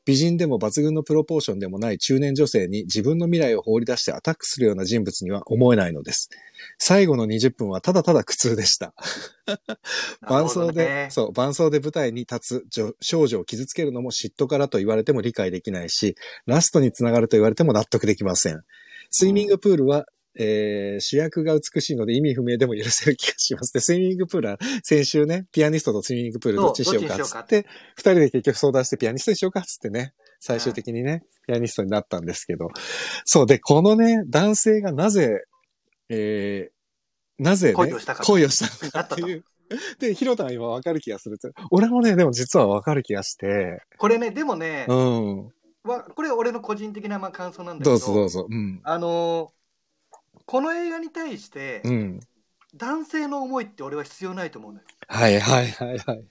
美人でも抜群のプロポーションでもない中年女性に自分の未来を放り出してアタックするような人物には思えないのです。最後の20分はただただ苦痛でした。 <laughs> 伴奏で、
なるほどね
そう、伴奏で舞台に立つ女少女を傷つけるのも嫉妬からと言われても理解できないし、ラストにつながると言われても納得できません。スイミングプールは、えー主役が美しいので意味不明でも許せる気がします。で、スイミングプールは先週ね、ピアニストとスイミングプールどっちにしようかっつ
そうど
っ
っち
て、二人で結局相談してピアニストにしようかっつってね、最終的にね、ピアニストになったんですけど。そう、で、このね、男性がなぜ、えーなぜ、ね、
恋をしたか
恋をしたのか
なった
って
と
いう。で、ヒロタは今わかる気がするって。俺もね、でも実はわかる気がして。
これね、でもね
う、ん。
わこれ俺の個人的なまあ感想なんだけ
ど
ど、
うぞどうぞ。うん。
あのーこの映画に対して
う、ん。
男性の思いって俺は必要ないと思うのよ。
はいはいはいはい。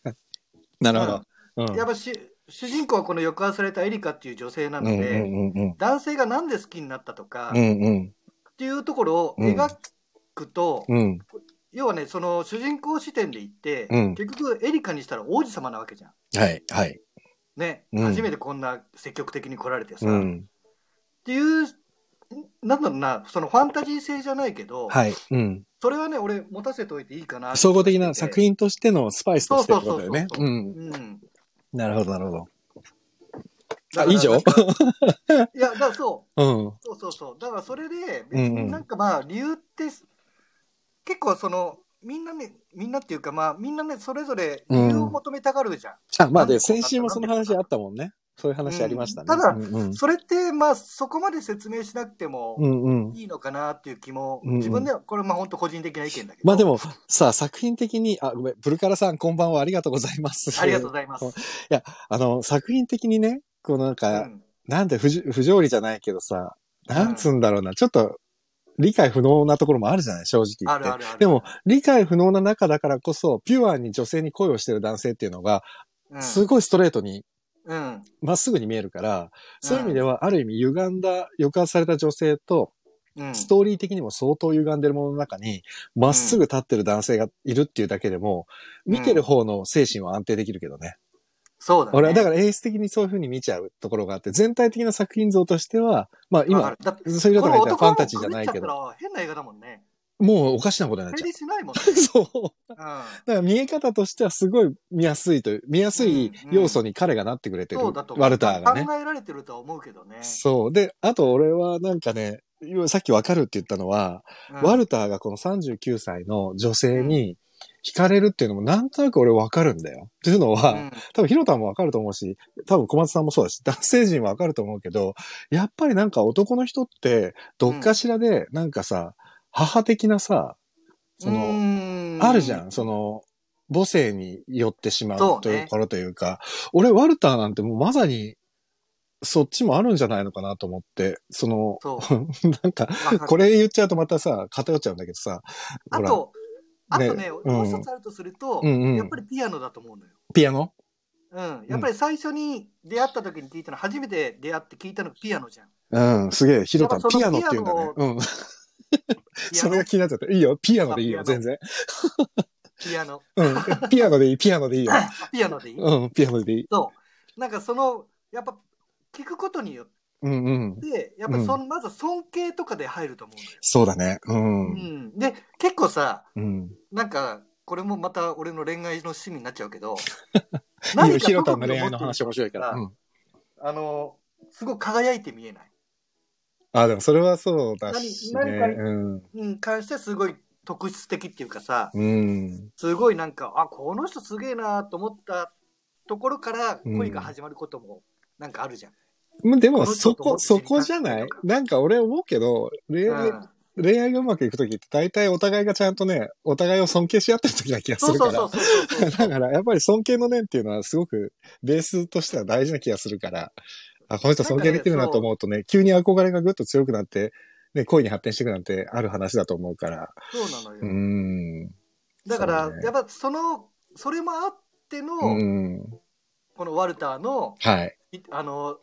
なるほど。うん。
やっぱし主人公はこの抑圧されたエリカっていう女性な
う
の
んう
で、
んうんうん。
男性がなんで好きになったとか、
うん
っ
うん
ていうところを描くと、
うん。
要はね、その主人公視点で言って、
うん
結局エリカにしたら王子様なわけじゃん。
はいはい。
ね、
うん
初めてこんな積極的に来られてさ、
う
っ
ん。
ていう、なんだろうな、そのファンタジー性じゃないけど、
はい。うん。
それはね、俺持たせておいていいかなって
総合的な作品としてのスパイスとしてってことだよね。
そううそ
ん。
うん。
なるほどなるほど。
だから
以上
なんかいや、だからそ
<laughs>
う、
うん。
そうそうそう。だからそれで、
うんうん
なんかまあ理由って、結構その、みんなね、みんなっていうかまあ、みんなね、それぞれ理由を求めたがるじゃん。
あ、まあで、先週もその話あったもんね。そういう話ありましたね。
うんただ
うんうん
それってまあ、そこまで説明しなくても
うんうん。
いいのかなっていう気も、
うんうん
自分では、これまあ本当個人的な意見だけど。
まあでも、さあ、作品的に、あ、ごめん、ブルカラさん、こんばんは、ありがとうございます。
ありがとうございます。
あの、作品的にね、こうなんか、
うん
なんで不条不条理じゃないけどさ、なんつうんだろうな、ちょっと、理解不能なところもあるじゃない、正直言
あ
って
るあるある。
でも、理解不能な中だからこそ、ピュアに女性に恋をしてる男性っていうのが、
うん、
すごいストレートに、
うん。
まっすぐに見えるから、そういう意味では、ある意味歪んだ、抑圧された女性と、
うん。
ストーリー的にも相当歪んでるものの中に、まっすぐ立ってる男性がいるっていうだけでも、
うん
見てる方の精神は安定できるけどね。
そうだね。、
俺はだからら演出的にそういう風に見ちゃうところがあって、全体的な作品像としては、まあ今、
だって、
そういう
こ
方
れ
がいたら
男
ファン
の
タ
子
ジーじゃないけど、
狂っちゃったら変な映画だもんね。
もうおかしなことになっち
成
ゃう。
立しないもんね。
そう。
うん。
だから見え方としてはすごい見やすいという、見やすい要素に彼がなってくれてる。
そうだと思う
ワルターがね。
考えられてるとは思うけどね。
そう。で、あと俺はなんかね、さっきわかるって言ったのは、
うん
ワルターがこの39歳の女性に惹かれるっていうのもなんとなく俺わかるんだよ。っていうのは、
うん
多分ヒロタもわかると思うし、多分小松さんもそうだし、男性陣はわかると思うけど、やっぱりなんか男の人って、どっかしらで、なんかさ、母的なさ、その、
の
あるじゃん、その、母性に寄ってしま
そうう
という
ね
ところというか、俺、ワルターなんてもうまさに、そっちもあるんじゃないのかなと思って、その、 <laughs>
そ
なんか、
わか
こ
る
れ言っちゃうとまたさ、偏っちゃうんだけどさ、
あ
ほら
と、あと
ね
ね、
うん
もう一つあるとすると、
うんうん
やっぱりピアノだと思うのよ。
ピアノ
うん。やっぱり最初に出会った時に聞いたの、初めて出会って聞いたのがピアノじゃ
<laughs>
ん。
うん、すげえ、ヒロタ
やっぱ、その
ピアノって言うんだね。うん、
ピア
それ
ノ
が、気になっちゃった。いいよ、ピアノでいいよ、
あピア
全
ノ
然。
ピアノ。
うん、ピアノでいい、ピアノでいいよ。
ピアノでいい
うん、ピアノでいい。
そう。なんかその、やっぱ聞くことによっ
うんうん。
て、やっぱその、まず尊敬とかで入ると思うのよ。
そうだね。うん。う。
うんん、で結構さなんかこれもまた俺の恋愛の趣味になっちゃう
<laughs>
けど
いいよ、ヒロタ
特
の恋愛
技を持ってる
の話面白いから。うん。
あのすごく輝いて見えない、
あ、でもそれはそうだし、ね。
何何かに
うん。
うん、関してはすごい特質的っていうかさ
うん。
すごいなんかあこの人すげえなと思ったところから恋が始まることもなんかあるじゃん。
までも、
この人
そ
と
こ、
も
そこじゃない
時間
なんか俺思うけど、恋
う
愛、
ん
恋愛がうまくいくときって大体お互いがちゃんとね、お互いを尊敬し合ってるときな気がす
そう
るか
そう
ら。
そうそうそうそ
<laughs> だ
う。
から、やっぱり尊敬の念っていうのはすごくベースとしては大事な気がするから、あ、この人尊敬できるなと思うとね、急に憧れがぐっと強くなって、ね、恋に発展していくなんてある話だと思うから。
そうなのよ。
うん。
だから、
そうね
やっぱそのそれもあっての、
うん。
このワルターの
はい。
いあの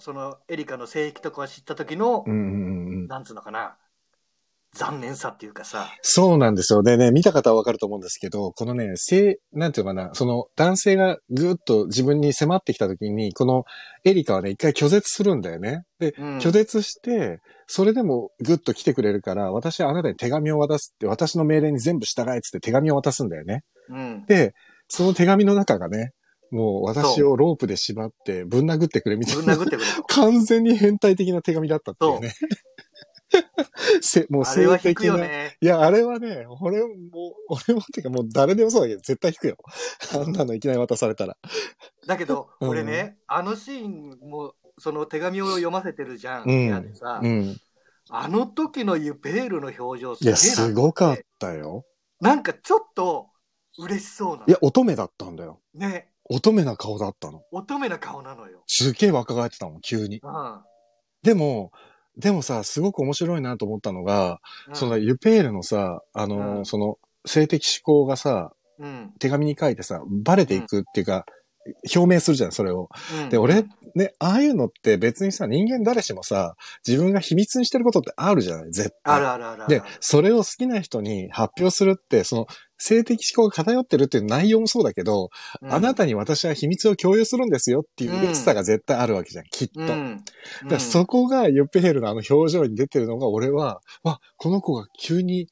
そのエリカの性癖とかを知った時の、
うんうんうん。
なんつうのかな残念さっていうかさ、
そうなんですよ。でね、見た方はわかると思うんですけど、このね、性、なんていうのかな、その男性がぐっと自分に迫ってきた時に、このエリカはね、一回拒絶するんだよね。で、
うん
拒絶して、それでもぐっと来てくれるから、私はあなたに手紙を渡すって、私の命令に全部従えっつって手紙を渡すんだよね。
うん、
で、その手紙の中がね、もう私をロープで縛ってぶん殴ってくれみた
ぶ
い
ん
な
殴っ。てくれと
完全に変態的な手紙だったっていうね。 <laughs> せ <laughs> もう
あれは
性
引く
的
よ
な。
ね
いや、あれはね、俺も、俺もっていうかもう誰でもそうだけど、絶対引くよ。あんなのいきなり渡されたら。
だけど
うん
俺ね、あのシーンもその手紙を読ませてるじ
う
ゃん、
ん
部屋でさ、
うん。
あの時のユベールの表情す
い
げえ
や、
な
すごかったよ。
なんかちょっと嬉しそうない
や、乙女だったんだよ。
ね
乙女な顔だったの。
乙女な顔なのよ、
すげえ若返ってたもん、急に。
うんう
でも、でもさ、すごく面白いなと思ったのが、
ん、
そのユペールのさ、あの、
うん
その、性的思考がさ、
うん、
手紙に書いてさ、バレていくっていうか、表明するじゃん、それを。
うん
で、俺、ね、ああいうのって別にさ、人間誰しもさ、自分が秘密にしてることってあるじゃない絶対。
あるあるあるある
で、それを好きな人に発表するって、その、性的思考が偏ってるっていう内容もそうだけど、あな
た
たに私は秘密を共有するんですよっていう嬉しさが絶対あるわけじゃん、きっと。
うん
だか
うん
らそこがユッペヘルのあの表情に出てるのが、俺は、わ、この子が急に、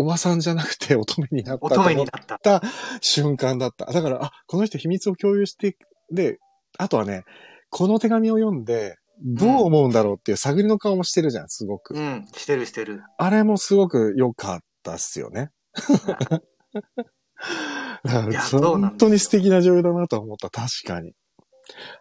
おばさんじゃなくて乙女になったと
乙
思
女
っ
になった
った瞬間だった。だから、あ、この人秘密を共有して、で、あとはね、この手紙を読んで、どう思うんだろうっていう探りの顔もしてるじゃん、すごく。
うんしてるしてる
あれもすごく良かったっすよ
<laughs>
ね。
いやそうなんですよ
本当に素敵な女優だなとは思った、確かに。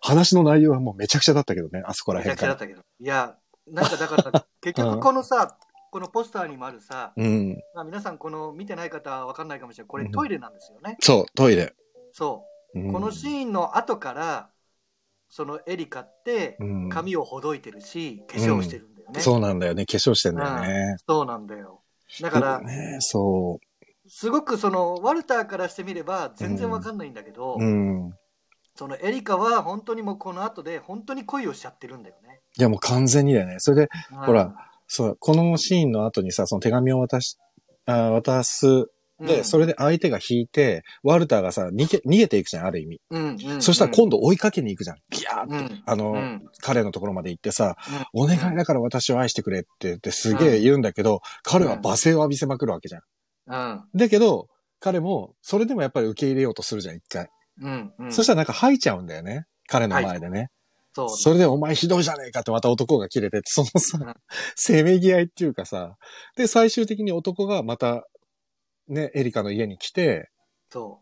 話の内容はもうめちゃくちゃだったけどね、あそこら
めちゃ
辺
くち
か
ゃだっ
ら。
たけど。いや、なんか
<laughs>
だから、結局このさ、このポスターにもあるさ、
うん。
まあ、皆さんこの見てない方は分かんないかもしれない。これ
うん
トイレなんですよね。
そう、トイレ。
そ
うん
う。このシーンの後から、そのエリカって
うん
髪をほどいてるし、化粧してるんだよ。よね。
そうなんだよね。化粧してんだよね。
そうなんだよ。だから、
ね、そ
すごくその、ワルターからしてみれば全然わかんないんだけど、
う。うん。い
そのエリカは本当にもうこの後で本当に恋をしちゃってるんだよね。
や、もう完全にだよね。それで、
うん
ほら、そう、このシーンの後にさ、その手紙を渡し、あ渡す。で、
うん
それで相手が引いて、ワルターがさ、逃げ、逃げていくじゃん、ある意味。
うんうん
そしたら今度追いかけに行くじゃん。ギャーって。
うん
あの、
うん
彼のところまで行ってさ、お願いだから私を愛してくれって言ってすげえ
うん
言うんだけど、彼は罵声を浴びせまくるわけじゃん。
うん
だけど、彼も、それでもやっぱり受け入れようとするじゃん、一回。
うんうん
そしたらなんか吐いちゃうんだよね。彼の前でね。
そう
それでお前ひどいじゃねえかってまた男が切れてって、そのさ
うん、
せめぎ合いっていうかさ、で、最終的に男がまた、ね、エリカの家に来て、
そ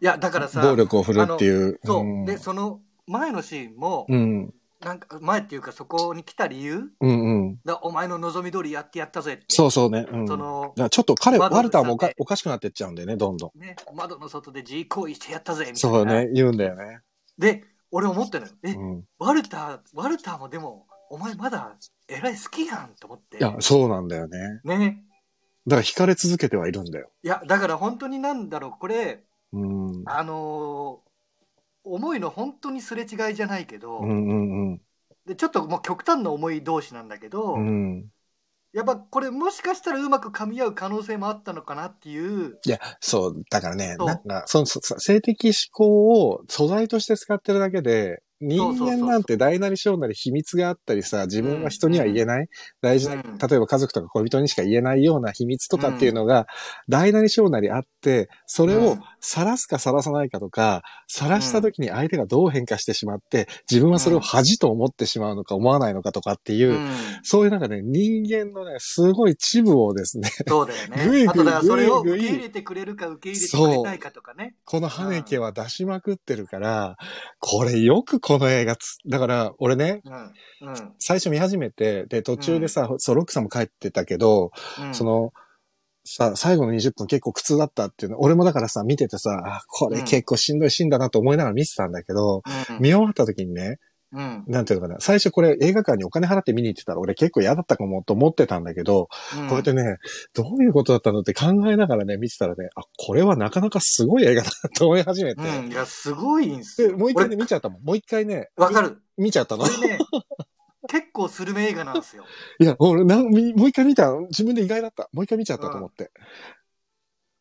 ういやだからさ
暴力を振るっていう。
そう、
ん
でその前のシーンも、
うん。
なんか前っていうかそこに来た理由
うんうん。
だお前の望み通りやってやったぜって
そうそうね。うん。だ
そ
か
の
らちょっと彼、
窓口
ワルターもお
さ
か
んで
おかしくなってっちゃうんだよね、どんどん。
ね窓の外で自慰行為してやったぜみたいな
そうね、言うんだよね。
で俺思ったのよえ、
うん。
ワルターワルターもでもお前まだえらい好きやんと思って
いや、そうなんだよね。
ね
だから惹かれ続けてはいるんだよ。
いやだから本当になんだろうこれ
うん。うん
あのー思いの本当にすれ違いじゃないけど、
うんうん。
でちょっともう極端な思い同士なんだけど、
うん。
やっぱこれもしかしたらうまく噛み合う可能性もあったのかなっていう
いや、そう、だからね、
そう
なんか、その、そ性的思考を素材として使ってるだけで、
そう
人
そうそう
間なんて大なり小なり秘密があったりさ、自分は人には言えない、大事な、
うん
例えば家族とか恋人にしか言えないような秘密とかっていうのが、大なり小なりあって、それ
う
を
ん
晒すか晒さないかとか、晒した時に相手がどう変化してしまって、自分はそれを恥と思ってしまうのか思わないのかとかっていう、
うん
そういうなんかね、人間のね、すごい秩父をですね、
そうだよ
ぐいぐい
ね。あとだからそれを
ぐい
受
ぐい
け入れてくれるか受け入れてくれないかとかね。
このハネケは出しまくってるから、これよくこの映画つ、だから俺ね、
うん。うん。
最初見始めて、で途中でさ、そうロックさんも帰ってたけど、
うん
その、さ、最後の20分結構苦痛だったっていうの、俺もだからさ、見ててさ、あこれ結構しんどいシーンだなと思いながら見てたんだけど、
うん
見終わった時にね、
うん。
なんていうのかな、最初これ映画館にお金払って見に行ってたら俺結構嫌だったかもと思ってたんだけど、
うん
こうやってね、どういうことだったのって考えながらね、見てたらね、あ、これはなかなかすごい映画だなと思い始めて、
うん。いや、すごいんす
で、
よ。
もう一回ね、
俺
見ちゃったもん。もう一回ね、
わかる。
見ちゃったの
こ。れね、結構スルメ映画なんですよ。
いや、俺な、みもう一回見た。自分で意外だった。もう一回見ちゃったと思って。 <laughs>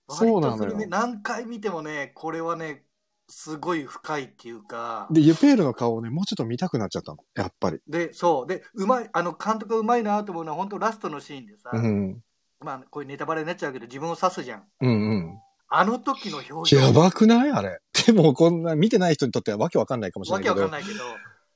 そうなのよ
割とスルメ何回見てもね、これはね、すごい深いっていうか。
で、ユペールの顔をね、もうちょっと見たくなっちゃったの。やっぱり。
で、そう。で、うまい、あの、監督がうまいなと思うのは、本当ラストのシーンでさ、
うん。
まあ、こういうネタバレになっちゃうけど、自分を刺すじゃん。
うんうん。
あの時の表情。
やばくないあれ。でも、こんな、見てない人にとってはわけわかんないかもしれ
わ
ないけ
けわかん
ど。
ないけど。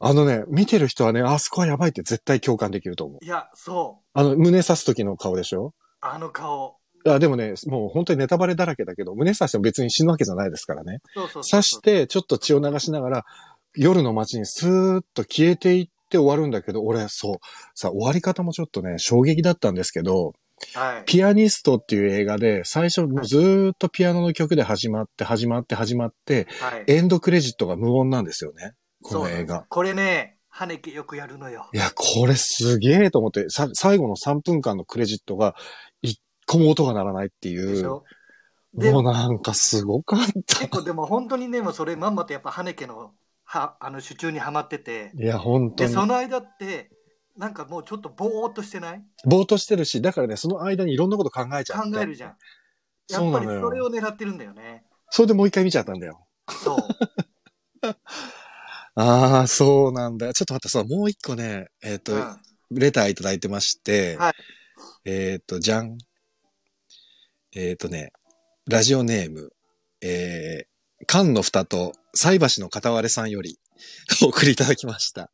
あのね、見てる人はね、あそこはやばいって絶対共感できると思う。
いや、そう。
あの、胸刺す時の顔でしょ
あの顔。
あでもね、もう本当にネタバレだらけだけど、胸刺しても別に死ぬわけじゃないですからね。
そうそうそう
刺して、ちょっと血を流しながら、夜の街にスーッと消えていって終わるんだけど、俺、そう、さ、終わり方もちょっとね、衝撃だったんですけど、
はい。
ピアニストっていう映画で、最初ずーっとピアノの曲で始まって、始まって、始まって、
はい。
エンドクレジットが無音なんですよね。こ
そう
の
なん
映
です
画。
これね、羽根よくやるのよ
い。や、これすげえと思って、さ、最後の3分間のクレジットが、一個も音が鳴らないってい
でし
う。
ょで
もうなんかすごかった
結。構でも本当にね、もうそれまんまとやっぱ羽根のはあの手中にはまってて、
いや、本当
で、
に。
その間って、なんかもうちょっとぼーっとしてない
ぼーっとしてるし、だからね、その間にいろんなこと考えちゃっ
考
て。
えるじゃん。や
そう
っ
な
ぱ
の
り
よ
それを狙ってるんだよね。
それでもう一回見ちゃったんだよ。
そう。
ああ、そうなんだ。ちょっと待って、そう、もう一個ね、えっ、と、
うん
レターいただいてまして、
はい
えっ、と、じゃん。えっ、とね、ラジオネーム、えー、缶の蓋と菜箸の片割れさんより <laughs> お送りいただきました。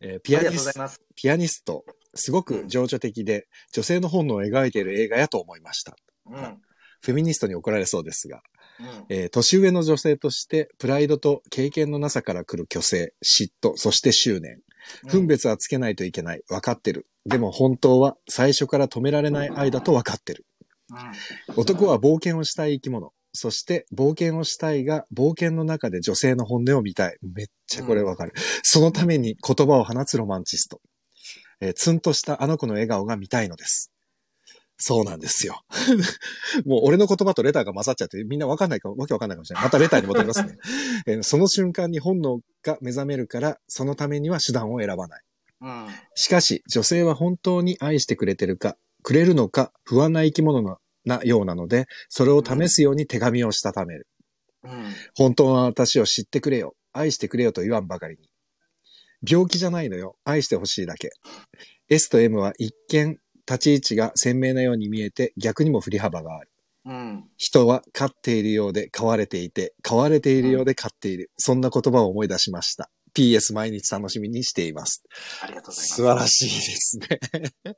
えーピ
あ
ア
りがと
ニ
うござ
ス
います。
ピアニスト、すごく情緒的で、女性の本能を描いている映画やと思いました。
うん。うん。
フェミニストに怒られそうですが、えー年上の女性として、プライドと経験のなさから来る虚勢、嫉妬、そして執念。分別はつけないといけない。わかってる。でも本当は最初から止められない愛だとわかってる。男は冒険をしたい生き物。そして冒険をしたいが、冒険の中で女性の本音を見たい。めっちゃこれわかる。そのために言葉を放つロマンチスト。えーツンとしたあの子の笑顔が見たいのです。そうなんですよ。 <laughs> もう俺の言葉とレターが混ざっちゃって、みんなわかんないか、わけわかんないかもしれない。またレターに戻りますね。えーその瞬間に本能が目覚めるから、そのためには手段を選ばない。
うん。
しかし、女性は本当に愛してくれてるか、くれるのか、不安な生き物のなようなので、それを試すように手紙をしたためる。
うん。
本当の私を知ってくれよ。愛してくれよと言わんばかりに。病気じゃないのよ。愛してほしいだけ。S と M は一見、立ち位置が鮮明なように見えて、逆にも振り幅がある。
うん。
人は飼っているようで飼われていて、飼われているようで飼っている。そんな言葉を思い出しました。PS 毎日楽しみにしています。
ありがとうございます。
素晴らしいですね。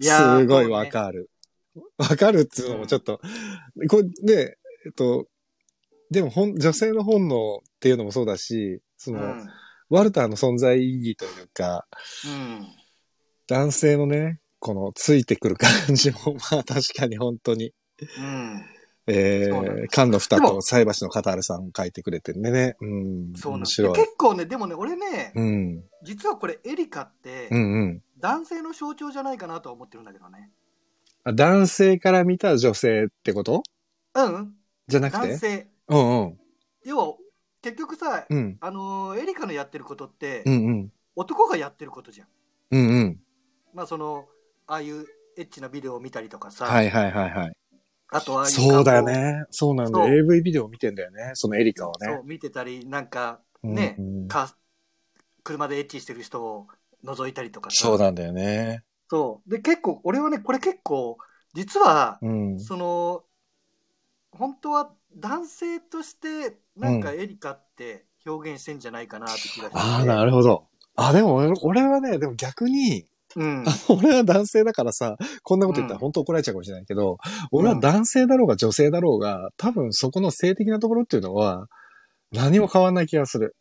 いやー
すごい
そうね
わかる。わかるっつうのもちょっと、これで、えっと、でも本、女性の本能っていうのもそうだし、その、
うん。
ワルターの存在意義というか、
うん。
男性のね、このついてくる感じも、まあ確かに本当に、
うん。
え
そうなん
ー
で、
缶の蓋
で
と
も
菜箸のカタールさん書いてくれてるんでね。うん。
そうなん
面
です
白
よ
い。
結構ね、でもね、俺ね、
うん。
実はこれ、エリカって
う、んうん
男性の象徴じゃないかなとは思ってるんだけどね。
あ。男性から見た女性ってこと
うん。
じゃなく
男
て
性。
うんうん。
要は、結局さ、
うん。
あのー、エリカのやってることって
う、んうん。
男がやってることじゃん。
うんうん。
まあ、その、ああいうエッチなビデオを見たりとかさ、
はいはいはいはい。
あとは、
そうだよ。ね。そうなんだよ。
そう
AV ビデオ見てんだよね。そのエリカは
そ
ね
う、。見てたり、なんか、
うん
ね
うん
か、車でエッチしてる人を覗いたりとかさ
そうなんだよね。
そう。で、結構、俺はね、これ結構、実は、
うん。
その、本当は男性として、なんかエリカって表現してんじゃないかなって気がして。
ああ、なるほど。あ、でも俺俺はね、でも逆に、
うん。
<laughs> 俺は男性だからさ、こんなこと言ったら
うん
本当怒られちゃうかもしれないけど、俺は男性だろうが女性だろうが、多分そこの性的なところっていうのは、何も変わんない気がする。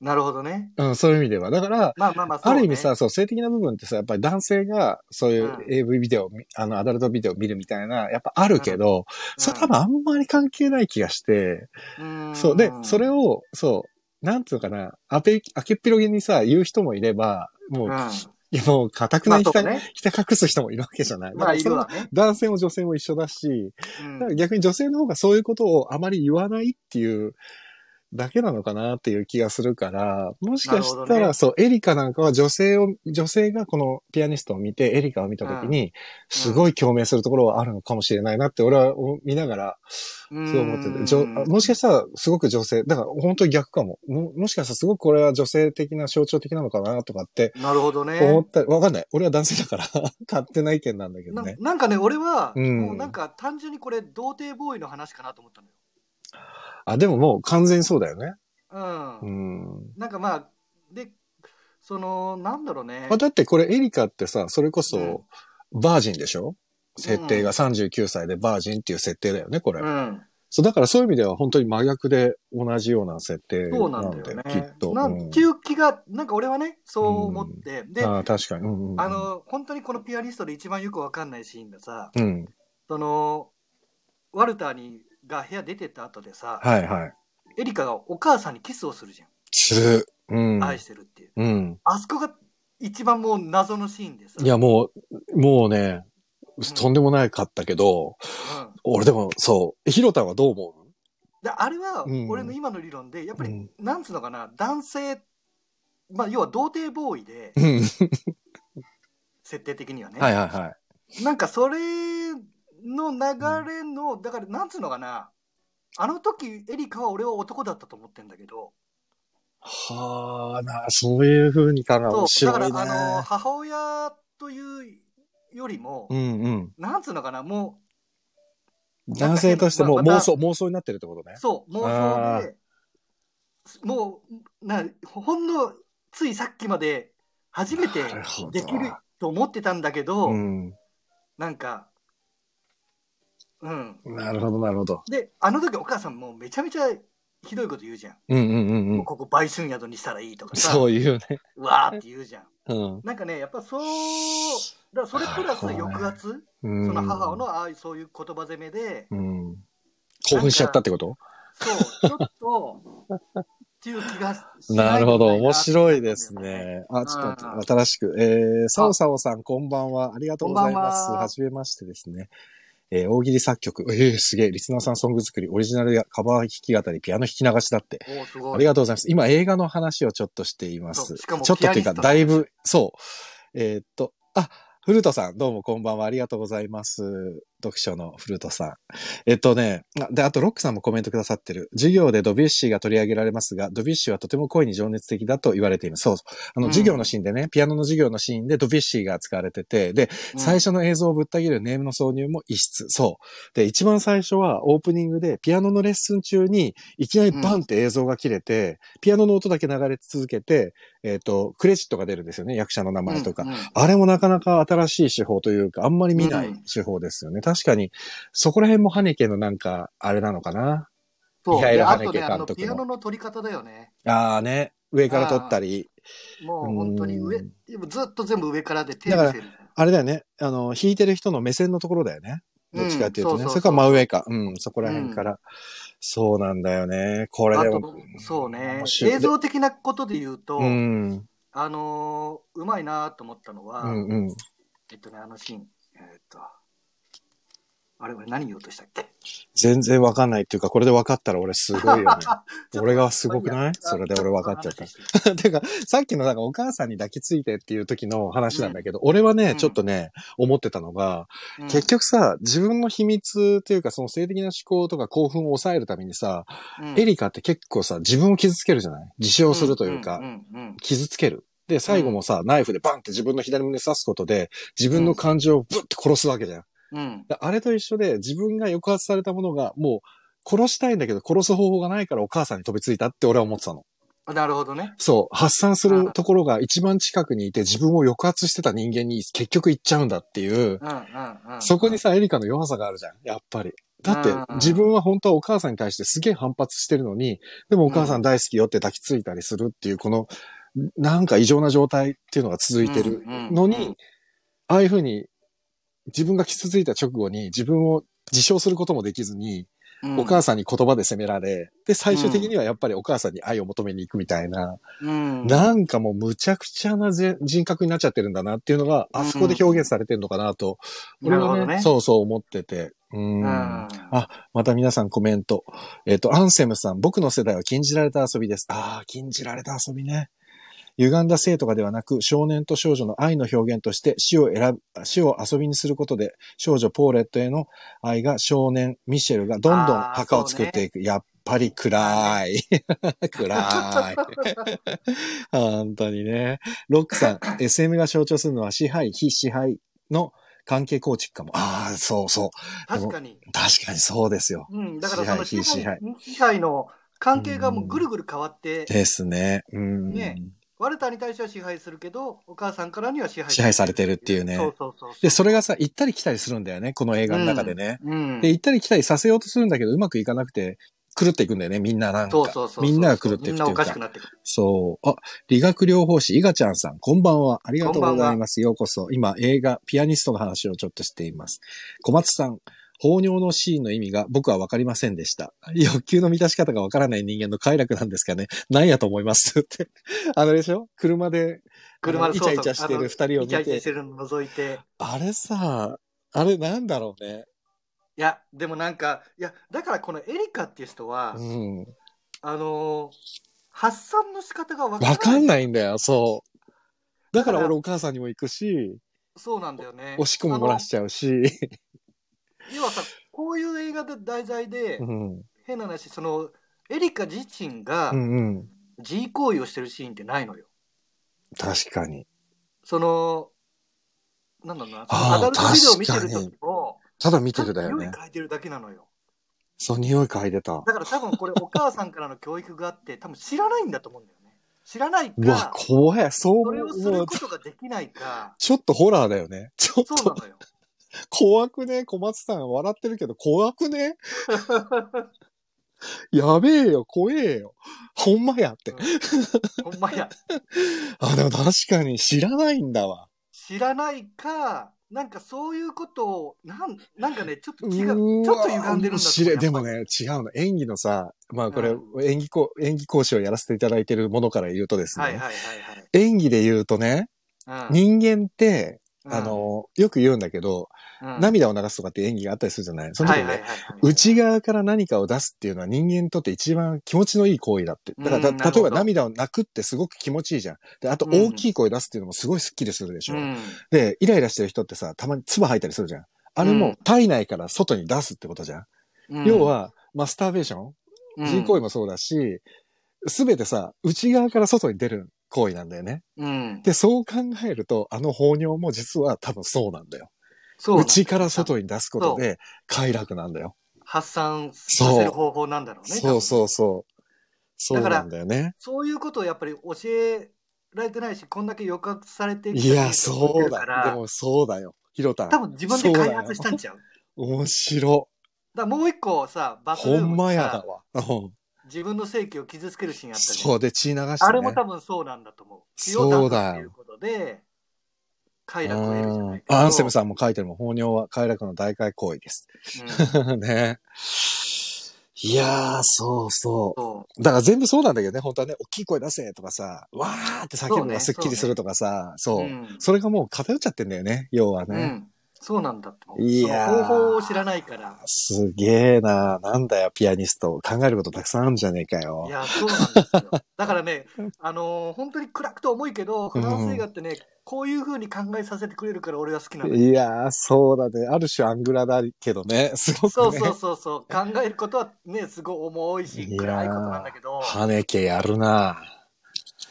なるほどね。
うん、そういう意味では。だから、
まあまあまあ、そう
あ
ね
る意味さ、、そう、性的な部分ってさ、やっぱり男性が、そういう
うん
AV ビデオ、あの、アダルトビデオ見るみたいな、やっぱあるけど、それ多分あんまり関係ない気がして、
うん、
そう。で、それ
を、
を、そう、なんつうのかな、あけ、あけっぴろげにさ、言う人もいれば、も
う
う、
ん、まあ
いや、もう、かたくなに
そ
ひ
うか
た、
ね。
ひた隠す人もいるわけじゃない。
まあ、い
そ
る
の
わね。
男性も女性も一緒だし、
うん
だから逆に女性の方がそういうことをあまり言わないっていうだけなのかなっていう気がするから、もしかした
なるほ
ら、
どね
そう、エリカなんかは女性を、女性がこのピアニストを見て、エリカを見たときに、すごい共鳴するところはあるのかもしれないなって、俺は見ながら、そう思ってて、じょもしかしたら、すごく女性、だから本当に逆かも。ももしかしたら、すごくこれは女性的な象徴的なのかなとかって
なるほどね。
思ったり、わかんない。俺は男性だから、 <laughs> 勝手な意見なんだけど
な
ね。
なんかね、俺は、
うん
もうなんか単純にこれ、童貞ボーイの話かなと思ったのよ。
あ、でももう完全にそうだよね。
うん。
うん。
なんかまあ、で、その、なんだろうね。
まあ、だってこれエリカってさ、それこ
う
そ、バージンでしょ設定が39歳でバージンっていう設定だよね、これ。
うん。
そう、だからそういう意味では本当に真逆で同じような設定
そうな
なんんだ
だ
よ
よね。
きっと。
なんていう気が、なんか俺はね、そう思って。
うん
で、
ああ、確かに。うんうんうん
あ、の、本当にこのピアニストで一番よくわかんないシーンがさ、
うん。
その、ワルターにが部屋出てった後でさ、
はいはい。
エリカがお母さんにキスをするじゃん。
する。うん。
愛してるっていう。
うん。
あそこが一番もう謎のシーンでさ。
いや、もう、もうね、
ん
とんでもないかったけど、
うん
俺でも、そう、ヒロタンはどう思
であれは
うん
俺の今の理論で、やっ
う
ぱ
う
り、
ん。
なんつうのかな、男性、まあ、要は童貞ボーイで、
うん。
設定的にはね。
はいはいはい。
なんかそれの流れの、だからなんつうのかな、あの時エリカは俺は男だったと思ってんだけど、
はあ、な、そういう風に考える面
そうだ
白
か
い
ら
ね。
あの母親というよりも、
うんうん。
なんつうのかな、も
男性としても
まあま
妄
た
想、妄想になってるってことね
う、。そう、妄想で、もうな、ほんのついさっきまで初めて
なるほど
できると思ってたんだけど、
うん。
なんか、うん。
なるほど、なるほど。
で、あの時お母さんもうめちゃめちゃひどいこと言うじゃん。
うんうんうんう
も
ん
う。ここ売春宿にしたらいいとかさ、
そういうね。
うわーって言うじゃん。
うん。
なんかね、やっぱそう、だからそれプラス抑圧、
うん
その母のああいうそういう言葉攻めで、
うん。興奮しちゃったってこと
そう、ちょっと、っていう気がしい
なるほど。
みたな
面白いです。ね。あ、ちょっと
うん
待って新しく。えー、サオサオさん、こんばんは。ありがとうございま
こん
す。
ばんは
はじめましてですね。えー、大喜利作曲。えー、すげえ。リスナーさんソング作り、オリジナルやカバー弾き語り、ピアノ弾き流しだって。
おーすごい。
ありがとうございます。今、映画の話をちょっとしています。
そう
ち
し
ょ
か
っ
も
とっていう
ピアニ
か、
スト
だいぶ、そう。えーっと、あ、フルートさん、どうもこんばんは。ありがとうございます。読書のフルートさん。えっとね、あで、あと、ロックさんもコメントくださってる。授業でドビュッシーが取り上げられますが、ドビュッシーはとても恋に情熱的だと言われています。そうそう。あの、
うん
授業のシーンでね、ピアノの授業のシーンでドビュッシーが使われてて、で、
うん
最初の映像をぶった切るネームの挿入も異質。そう。で、一番最初はオープニングでピアノのレッスン中にいきなりバンって映像が切れて、ピアノの音だけ流れ続けて、えっ、と、クレジットが出るんですよね、役者の名前とか。
うんうん
あれもなかなか新しい手法というか、あんまり見な
う
い
ん
手法ですよね。確かに、そこら辺もハネケのなんか、あれなのかな。
そう
ミハイル
であ
ハネ
と
ケ
ね、あ
監
の
督の
ピアノの取り方だよね。
ああね、上から撮ったり。
もう本当に上、ずっと全部上からで手
だ
見
から
せる。
あれだよね。あの、弾いてる人の目線のところだよね。どっちかっていうとね。
うん
それから真上か。うん、そこら辺から。そうなんだよね。これ
あ
で
と
も。、
そうね
面、白い
映像的なことで言うと、
うん。
あのーうまいなと思ったのは、
うんうん。
えっとね、あのシーン、えっと、あれ、俺何言おうとしたっけ
全然わかんないっていうか、これで分かったら俺すごいよね。俺がすごくない
ちょっと
それで俺分かっちゃった
ちょと話して
てか、さっきのなんかお母さんに抱きついてっていう時の話なんだけど、俺はね、
うん
ちょっとね、思ってたのが、
うん
結局さ、自分の秘密っていうか、その性的な思考とか興奮を抑えるためにさ、
うん
エリカって結構さ、自分を傷つけるじゃない自傷するというか、
んんうん
傷つける。で、最後もさ、ナイフでバンって自分の左胸刺すことで、自分の感情をブッて殺すわけじゃん。
うんうん
であれと一緒で、自分が抑圧されたものが、もう、殺したいんだけど、殺す方法がないからお母さんに飛びついたって俺は思ってたの。
あなるほどね。
そう、発散するところが一番近くにいて、自分を抑圧してた人間に結局行っちゃうんだっていう、
うんうんうん、
そこにさ、エリカの弱さがあるじゃん、やっぱり。だって
うん、
自分は本当はお母さんに対してすげえ反発してるのに、でもお母さん大好きよって抱きついたりするっていう、この、なんか異常な状態っていうのが続いてるの
うんうんうん
に、ああいうふうに、自分が傷ついた直後に自分を自傷することもできずに、
うん、
お母さんに言葉で責められ、で、最終的にはやっぱりお母さんに愛を求めに行くみたいな、
うん、
なんかもうむちゃくちゃなぜ人格になっちゃってるんだなっていうのが、あそこで表現されてるのかなと、俺
なるほ
は
ど
ね、
ね
そうそう思ってて。う。
うんん、
また皆さんコメント。えっ、と、アンセムさん、僕の世代は禁じられた遊びです。ああ、禁じられた遊びね。歪んだ性とかではなく、少年と少女の愛の表現として死を選ぶ、死を遊びにすることで、少女ポーレットへの愛が少年、ミシェルがどんどん墓を作っていく。やっぱり <laughs> 暗い。暗い。本当にね。ロックさん、SM が象徴するのは支配、非支配の関係構築かも。ああ、そうそう。
確かに。
確かにそうですよ。
うん、だからその
支配
支
支配
配支配の関係がもうぐるぐる変わって、
ですね。うん。
ねワルターに対しては支配するけど、お母さんからには支配
支配されてるっていうね
そうそうそうそう。
で、そ
れ
れがさ、行ったり来たりするんだよね。この映画の中でね。
うん、
で、行ったり来たりさせようとするんだけど、うまくいかなくて、狂っていくんだよね。みんななんか。
そうそうそうそう。
みんなが狂っていく
みん
とい
な
う
お
か
かしくなってくる。
そう。あ、理学療法士、いがちゃんさん、こんばんは。ありがとうございます。ようこそ。今、映画、ピアニストの話をちょっとしています。小松さん、放尿のシーンの意味が僕はわかりませんでした。欲求の満たし方がわからない人間の快楽なんですかね。なんやと思いますって。あれでしょ車で、
車
イ
で
チ
そうそう
ャイチャしてる二人を
イチャ
見
イチャして
て。
るの覗いて。
あれさ、あれなんだろうね。
いや、でもなんか、いや、だからこのエリカっていう人は、
うん。
あのー発散の仕方がわからない。
わかん
い。
ないんだよ、そう。だから俺お母さんにも行くし、
そうなんだよね。
おし込も漏らしちゃうし。
あの要はさ、こういう映画で題材で、
うん。
変な話、その、エリカ自身が
うんうん。
G 行為をしてるシーンってないのよ。
確かに。
その、なんだろうな、その
あー
アダルトビデオを見てる
確
時も、
ただ見
ち
て
ょ
る
っと
だよ
匂い
ね。
嗅いでるだけなのよ。
そう、匂い嗅いでた。
だから多分これお母さんからの教育があって、多分知らないんだと思うんだよね。知らないう
わ
か、、
怖い。そう
それをす
も
る
う
ことができないか、
ちょっとホラーだよね。ちょっ
そう
と
なのよ。
怖くね小松さん笑ってるけど怖くねやべえよ、怖えよ。ほんまやって。
うんほんまや。
あ、でも確かに知らないんだわ。
知らないか、なんかそういうことを、なんなんかね、ちょっと気が、ちょ
う
っ
わ
と歪んでるんだ
面
と
白
思
いうでも。ね、違うの。演技のさ、まあこれ、
う
演技講、演技講師をやらせていただいてるものから言うとですね、
やっぱりはいはい
演技で言うとね、
はいはい。
人間って、
うん
あ、の、よく言うんだけど、
うん、
涙を流すとかって演技があったりするじゃないその時
は
に
い
ね、
はいはいはい
内側から何かを出すっていうのは人間にとって一番気持ちのいい行為だって。だから、
うん
だ
なる
例え
ほど
ば涙を泣くってすごく気持ちいいじゃん。で、あと
うん
大きい声出すっていうのもすごいスッキリするでしょ。
うん
で、イライラしてる人ってさ、たまに唾吐いたりするじゃん。あれ
うん
も体内から外に出すってことじゃん。
うん
要、は、マスターベーション
うん
自慰行為もそうだし、すべてさ、内側から外に出る行為なんだよね。
うん、
で、そう考えると、あの放尿も実は多分そうなんだよ。
そうなんだ
内から外に出すことで、快楽なんだよ。
発散させる方法なんだろうね。
そう
う。
そうそう。そう
だから
なんだよね。
そういうことをやっぱり教えられてないし、こんだけ抑圧されてきた
いや、
人もい
そう
るから
だ。でもそうだよ。ひろた
多
ん。
分自分で開発したんちゃう。だ
面白。
からもう一個さ、バスル
ほ
ーム
んま
に
やだ
さ、
わ。うん
自分の性器を傷つけるシーンあったじゃん
そうで血流してね。
あれも多分そうなんだと思う。
そうだよ
ということで、快楽を得るじゃ
う
ない
んアンセム
ん。
さんも書いてるもん。放尿は快楽の大会行為です。
う
<laughs>
ん
ね。いやー、そうそ。
そう。
だから全部そうなんだけどね、本当はね、大きい声出せとかさ、わーって叫ぶのがスッキリするとかさ、そうう,、
うん
それがもう偏っちゃってんだよね、要は
う
ね。
ん。そうなんだと思う。
い
そ
やー
の方法を知らないから。
すげえななんだよ、ピアニスト。考えることたくさんあるんじゃねえかよ
い。や、そうなんですよ。だからね、あのー本当に暗くと重いけど、フランス映画ってね、こういう風に考えさせてくれるから俺は好きなんだよ。
いやー、そうだね。ある種アングラだけどね、すごくね。
そうそうそうそう。考えることはね、すごい重いし
い、やー
暗いことなんだけど、
はねけやるな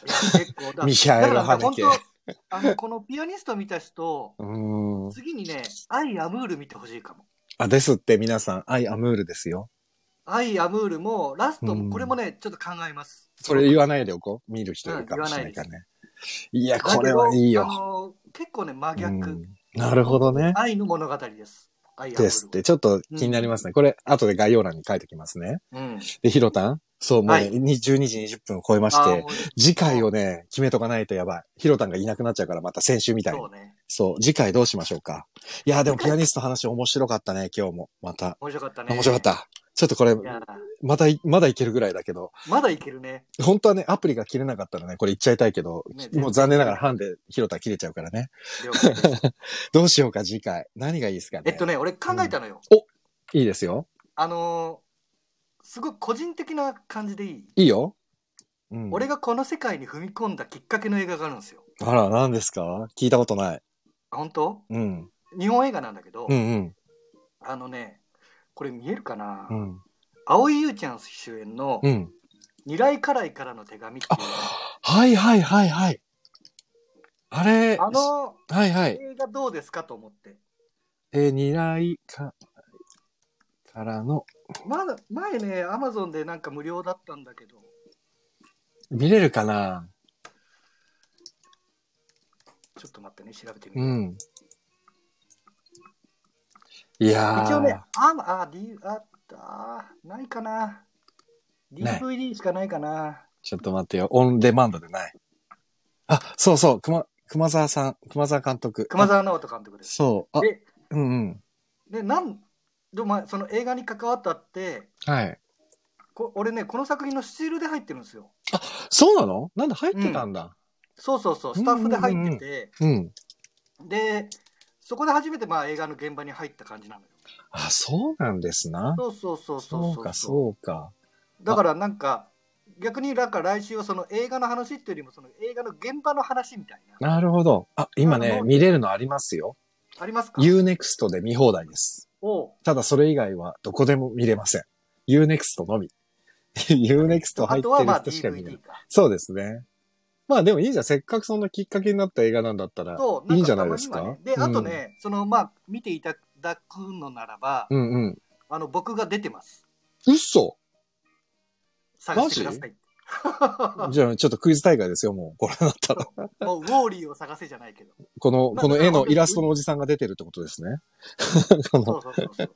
い
や結構だ。
ミヒャエル
だからね
ハネケ
本当あの、このピアニスト見た人、
うーん。
次にね、アイ・アムール見てほしいかも。
あ、ですって皆さん、アイアムールですよ。
アイ・アムールも、ラスト
う
も、
ん
これもね、ちょっと考えます。
それ言わないでおこう。見る人いるかもしれないからね。いや、これはいいよ。
だけどあのー結構ね、真
う
逆。
んなるほどね。
愛の物語です。愛あふれる
ですって、ちょっと気になりますね。これ、後で概要欄に書いておきますね。
うん。
で、ヒロタンそう、もうね、
はい
12時20分を超えまし
あー
て
も、う
次回をね、決めとかないとやばい。ヒロタンがいなくなっちゃうから、また先週みたいに
そ。うね。
そう、次回どうしましょうか。いやー、でもピアニストの話面白かったね、今日も。また。
面白かったね。
面白かっ。た。ちょっとこれ
い、や
またい、まだいけるぐらいだけど、
まだいけるね。
本当はね、アプリが切れなかったらね、これ言っちゃいたいけど、
ね
もう残念ながらハンで広田切れちゃうからね。 <laughs>
了解です
どうしようか、次回。何がいいですかね。
えっとね、俺考えたのよ。
いいですよ。
あのーすごい個人的な感じでいい、
いいよ。うん。
俺がこの世界に踏み込んだきっかけの映画があるんですよ。
あら、何ですか聞いたことない。
あ本当
うん。
日本映画なんだけど、
うんうん。
あのね、これ見えるかな、
うん。
蒼井優ちゃん主演の
うん。
「未来家来からの手紙」っていう、
はいはいはいはい。あれ、
あの
はいはい。
映画どうですかと思って。
えー、二来か、からの、
まだ前ね、アマゾンでなんか無料だったんだけど、
見れるかな
ちょっと待ってね、調べてみ
う
る。
ん。いやー。
一応ね、アマ、あ、D、あった、ないかな。
ない
DVD しかないかな。
ちょっと待ってよ。オンデマンドでない。あ、そうそう、熊、熊沢さん、熊沢監督。
熊
あ
沢直人監督です。
そう、あ、
で、
うんうん。
で、なん、でもまあその映画に関わったって、
はい。
こ俺ね、この作品のスチールで入ってるんですよ。
そうなのなんで入ってたんだ。
そうそうそう、スタッフで入ってて、
うん、
で、そこで初めてまあ映画の現場に入った感じなのよ。
あ、そうなんですな。
そうそうそうそう
そうか、そうか。
だからなんか逆になんか来週はその映画の話っていうよりもその映画の現場の話みたいな
なるほど。あ、今
あ
ね、
の
見れるのありますよ。
ありますか
Unext で見放題です。
おう
ただそれ以外はどこでも見れません。Unext のみ。Unext 入
あ
って
とはま
る
あ
人しか見ない
DVD。か
そうですね。まあでもいいじゃん。せっかくそんなきっかけになった映画なんだったら。
と
いいんじゃないですか
んたまにはねであとね、そのまあ見ていただくのならば、
うんうん。
あの僕が出てます
嘘
探してください
じゃあちょっとクイズ大会ですよ、もう。これだったら。
<laughs> もうウォーリーを探せじゃないけど
この、
まあ
この絵のイラストのおじさんが出てるってことですね。こ
そ
の、
うそうそうそう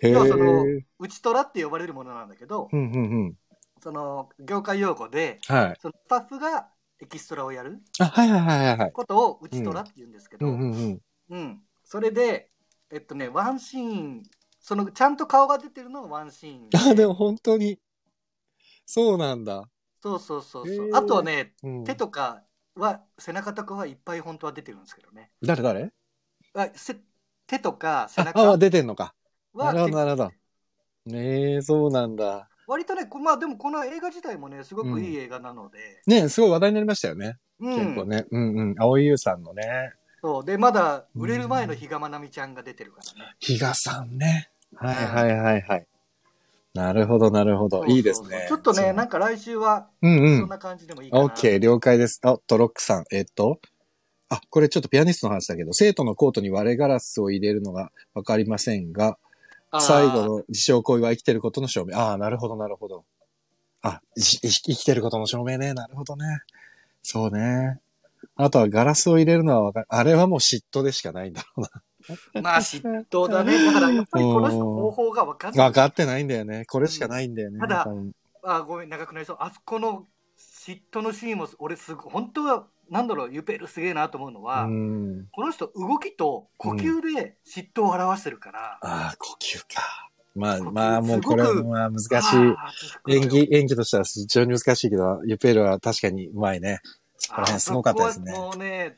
へ
要はその
ー
「ウチトラ」って呼ばれるものなんだけど、
うんうんうん。
その業界用語で
はい。
そのスタッフがエキストラをやる
あ、はいはいはいはいはい。
ことを「ウチトラ」って言うんですけど、
うんうんうん。
うん。それで、えっとね、ワンシーン、その、ちゃんと顔が出てるのがワンシーン。
あ、でも本当に。そうなんだ。
そうそうそう
へ
そう。
ー
あとはね、
うん、
手とかは、背中とかはいっぱい本当は出てるんですけどね。
誰誰
あせ手とか背
あ、
中
あ
は
出てんのか。なるほ
結
ど、なる
構
ほど。ねえ、そうなんだ。
割とね、こまあでもこの映画自体もね、すごくいい映画なので、
ねえ、すごい話題になりましたよね。
うん。
結構ね。うんうん。青井優さんのね。
そう。で、まだ売れる前の比嘉愛未ちゃんが出てるからね。
比嘉さんね。はいはいはいはい。なるほど、なるほど。いいですね。
そうそうそうちょっと
そ
ね、
う
なんか来週は、
うんう
そん
ん。
な感じでもいいかな。
オッケー、了解です。あ、トロックさん。えっと。あ、これちょっとピアニストの話だけど、生徒のコートに割れガラスを入れるのがわかりませんが、
あー
最後の自傷行為は生きてることの証明。ああ、なるほど、なるほど。あ、じ生き生きてることの証明ね。なるほどね。そうね。あとはガラスを入れるのはわかる。あれはもう嫉妬でしかないん
<laughs>
だろ <laughs>
まあ嫉妬だね。だからやっぱりこの人方法が分かん
うな。
ない。
わかってないんだよね。これしかないんだよね。
ただ
多分
あごめん、長くなりそう。あそこの嫉妬のシーンも、俺すごい、本当は、なんだろう、ユペルすげえなと思うのは、
うん。
この人動きと呼吸で嫉妬を表してるから、
ああ、呼吸か。まあ
呼吸
まあ、もうこれは
すごく
まあ難しい。
あー
演技、演技としては非常に難しいけど、ユペールは確かにうまいね。そこら辺すごかったですね
あ。そこはもうね、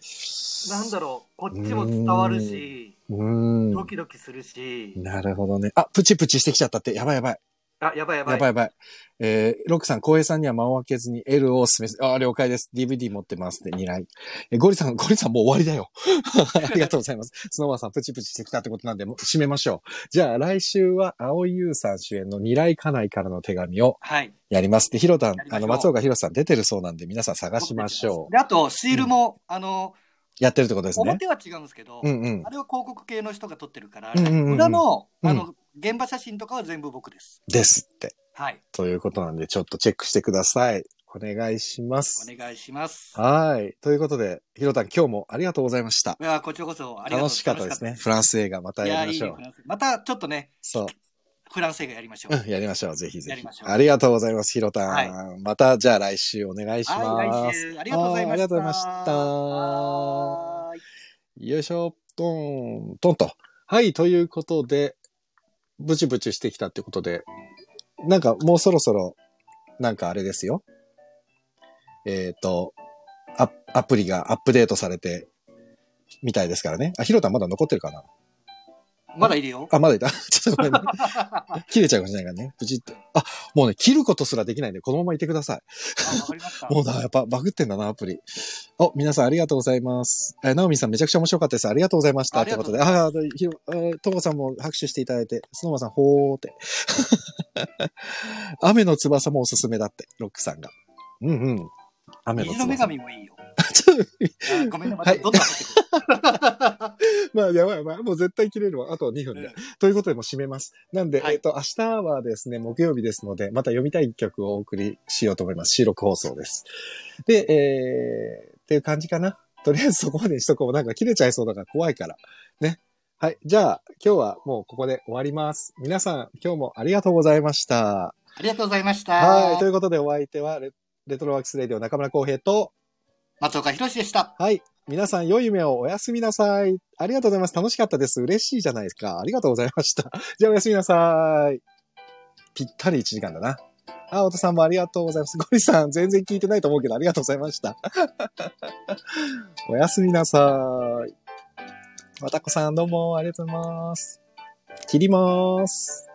なんだろう、こっちも伝わるし、
うん。
ドキドキするし、
なるほどね。あ、プチプチしてきちゃったって。やばいやばい。
あ、やばいやば
や
い。
ばいやばい。えー、ロックさん、浩平さんには間を開けずに L をおすすめする。あー、了解です。DVD 持ってますって、2来。えーゴリさん、ゴリさんもう終わりだよ。 <laughs> ありがとうございます。スノーマンさん、プチプチしてきたってことなんで、もう締めましょう。じゃあ、来週は、青井優さん主演の二来家内からの手紙を
はい。
やります。で、ヒロタン
や、りまし
あ
ょう
の、松岡ヒロさん出てるそうなんで、皆さん探しましょう。
であと、シールも、あの、
やってるってことですね。
表は違うんですけど、
うんうん
あ。れは広告系の人が撮ってるから、
うんうんうんうん
裏の
うん
あの、現場写真とかは全部僕です。
ですって。
はい。
ということなんで、ちょっとチェックしてください。お願いします。
お願いします。
はい。ということで、ヒロタン、今日もありがとうございました。
いや、こちらこそありがとう
楽しかったですね。
楽し
フランス映画、ま
かっ
た
たい
や
や、
り
い
ま
い
し
ね
ょう。
フランスまたちょっとね、
そう。
フランス映画やりましょう。
うん、やりましょう。ぜひぜ
やり
ひ
まし。ょう
ありがとうございます、ヒロタン。
は
また、じゃあ来週お願いします。
はい、来週ありがとうございま
はいあ
した。
りがとうございました
はーい
よいしょ、トーン、トンと。はい、ということで、ブチブチしてきたってことで、なんかもうそろそろ、なんかあれですよ。えっ、と、アアプリがアップデートされて、みたいですからね。あ、ヒロタンまだ残ってるかな
まだいるよ。
あ、まだいた。 <laughs> ちょっとごめんね。切れちゃうかもしれないからね。ブチって。あ、もうね、切ることすらできないんで、このままいてください。
あわかりました。
もうだ、やっぱバグってんだな、アプリ。お、皆さんありがとうございます。えー、ナオミさんめちゃくちゃ面白かったです。ありがとうございました。
あ
っ
り
て
が
こととで、
うござい
ああ、でひろあーともさんも拍手していただいて、スノーマンさん、ほーって。 <laughs> 雨の翼もおすすめだって、ロックさんが。うんうん。雨の
虹の
翼。<laughs>
女神もいいよ。
ちょっと
あごめんね、またどんどん入ってくる。
<laughs> まあ、やばいやばい。もう絶対切れるわ。あと2分で。ということで、もう締めます。なんで、
はい
えっと、明日はですね、木曜日ですので、また読みたい曲をお送りしようと思います。収録放送です。で、えー、っていう感じかな。とりあえずそこまでにしとこう。なんか切れちゃいそうだから怖いから。ね。はい。じゃあ、今日はもうここで終わります。皆さん、今日もありがとうございました。
ありがとうございました。
はい。ということで、お相手はレ、レトロワークスレディオ中村浩平と、
松岡弘でした。
はい。皆さん、良い夢をおやすみなさい。ありがとうございます。楽しかったです。嬉しいじゃないですか。ありがとうございました。 <laughs> じゃあ、おやすみなさい。ぴったり1時間だな。あ、おとさんもありがとうございます。ゴリさん、全然聞いてないと思うけど、ありがとうございました。 <laughs> おやすみなさい。わたこさん、どうもありがとうございます。切ります。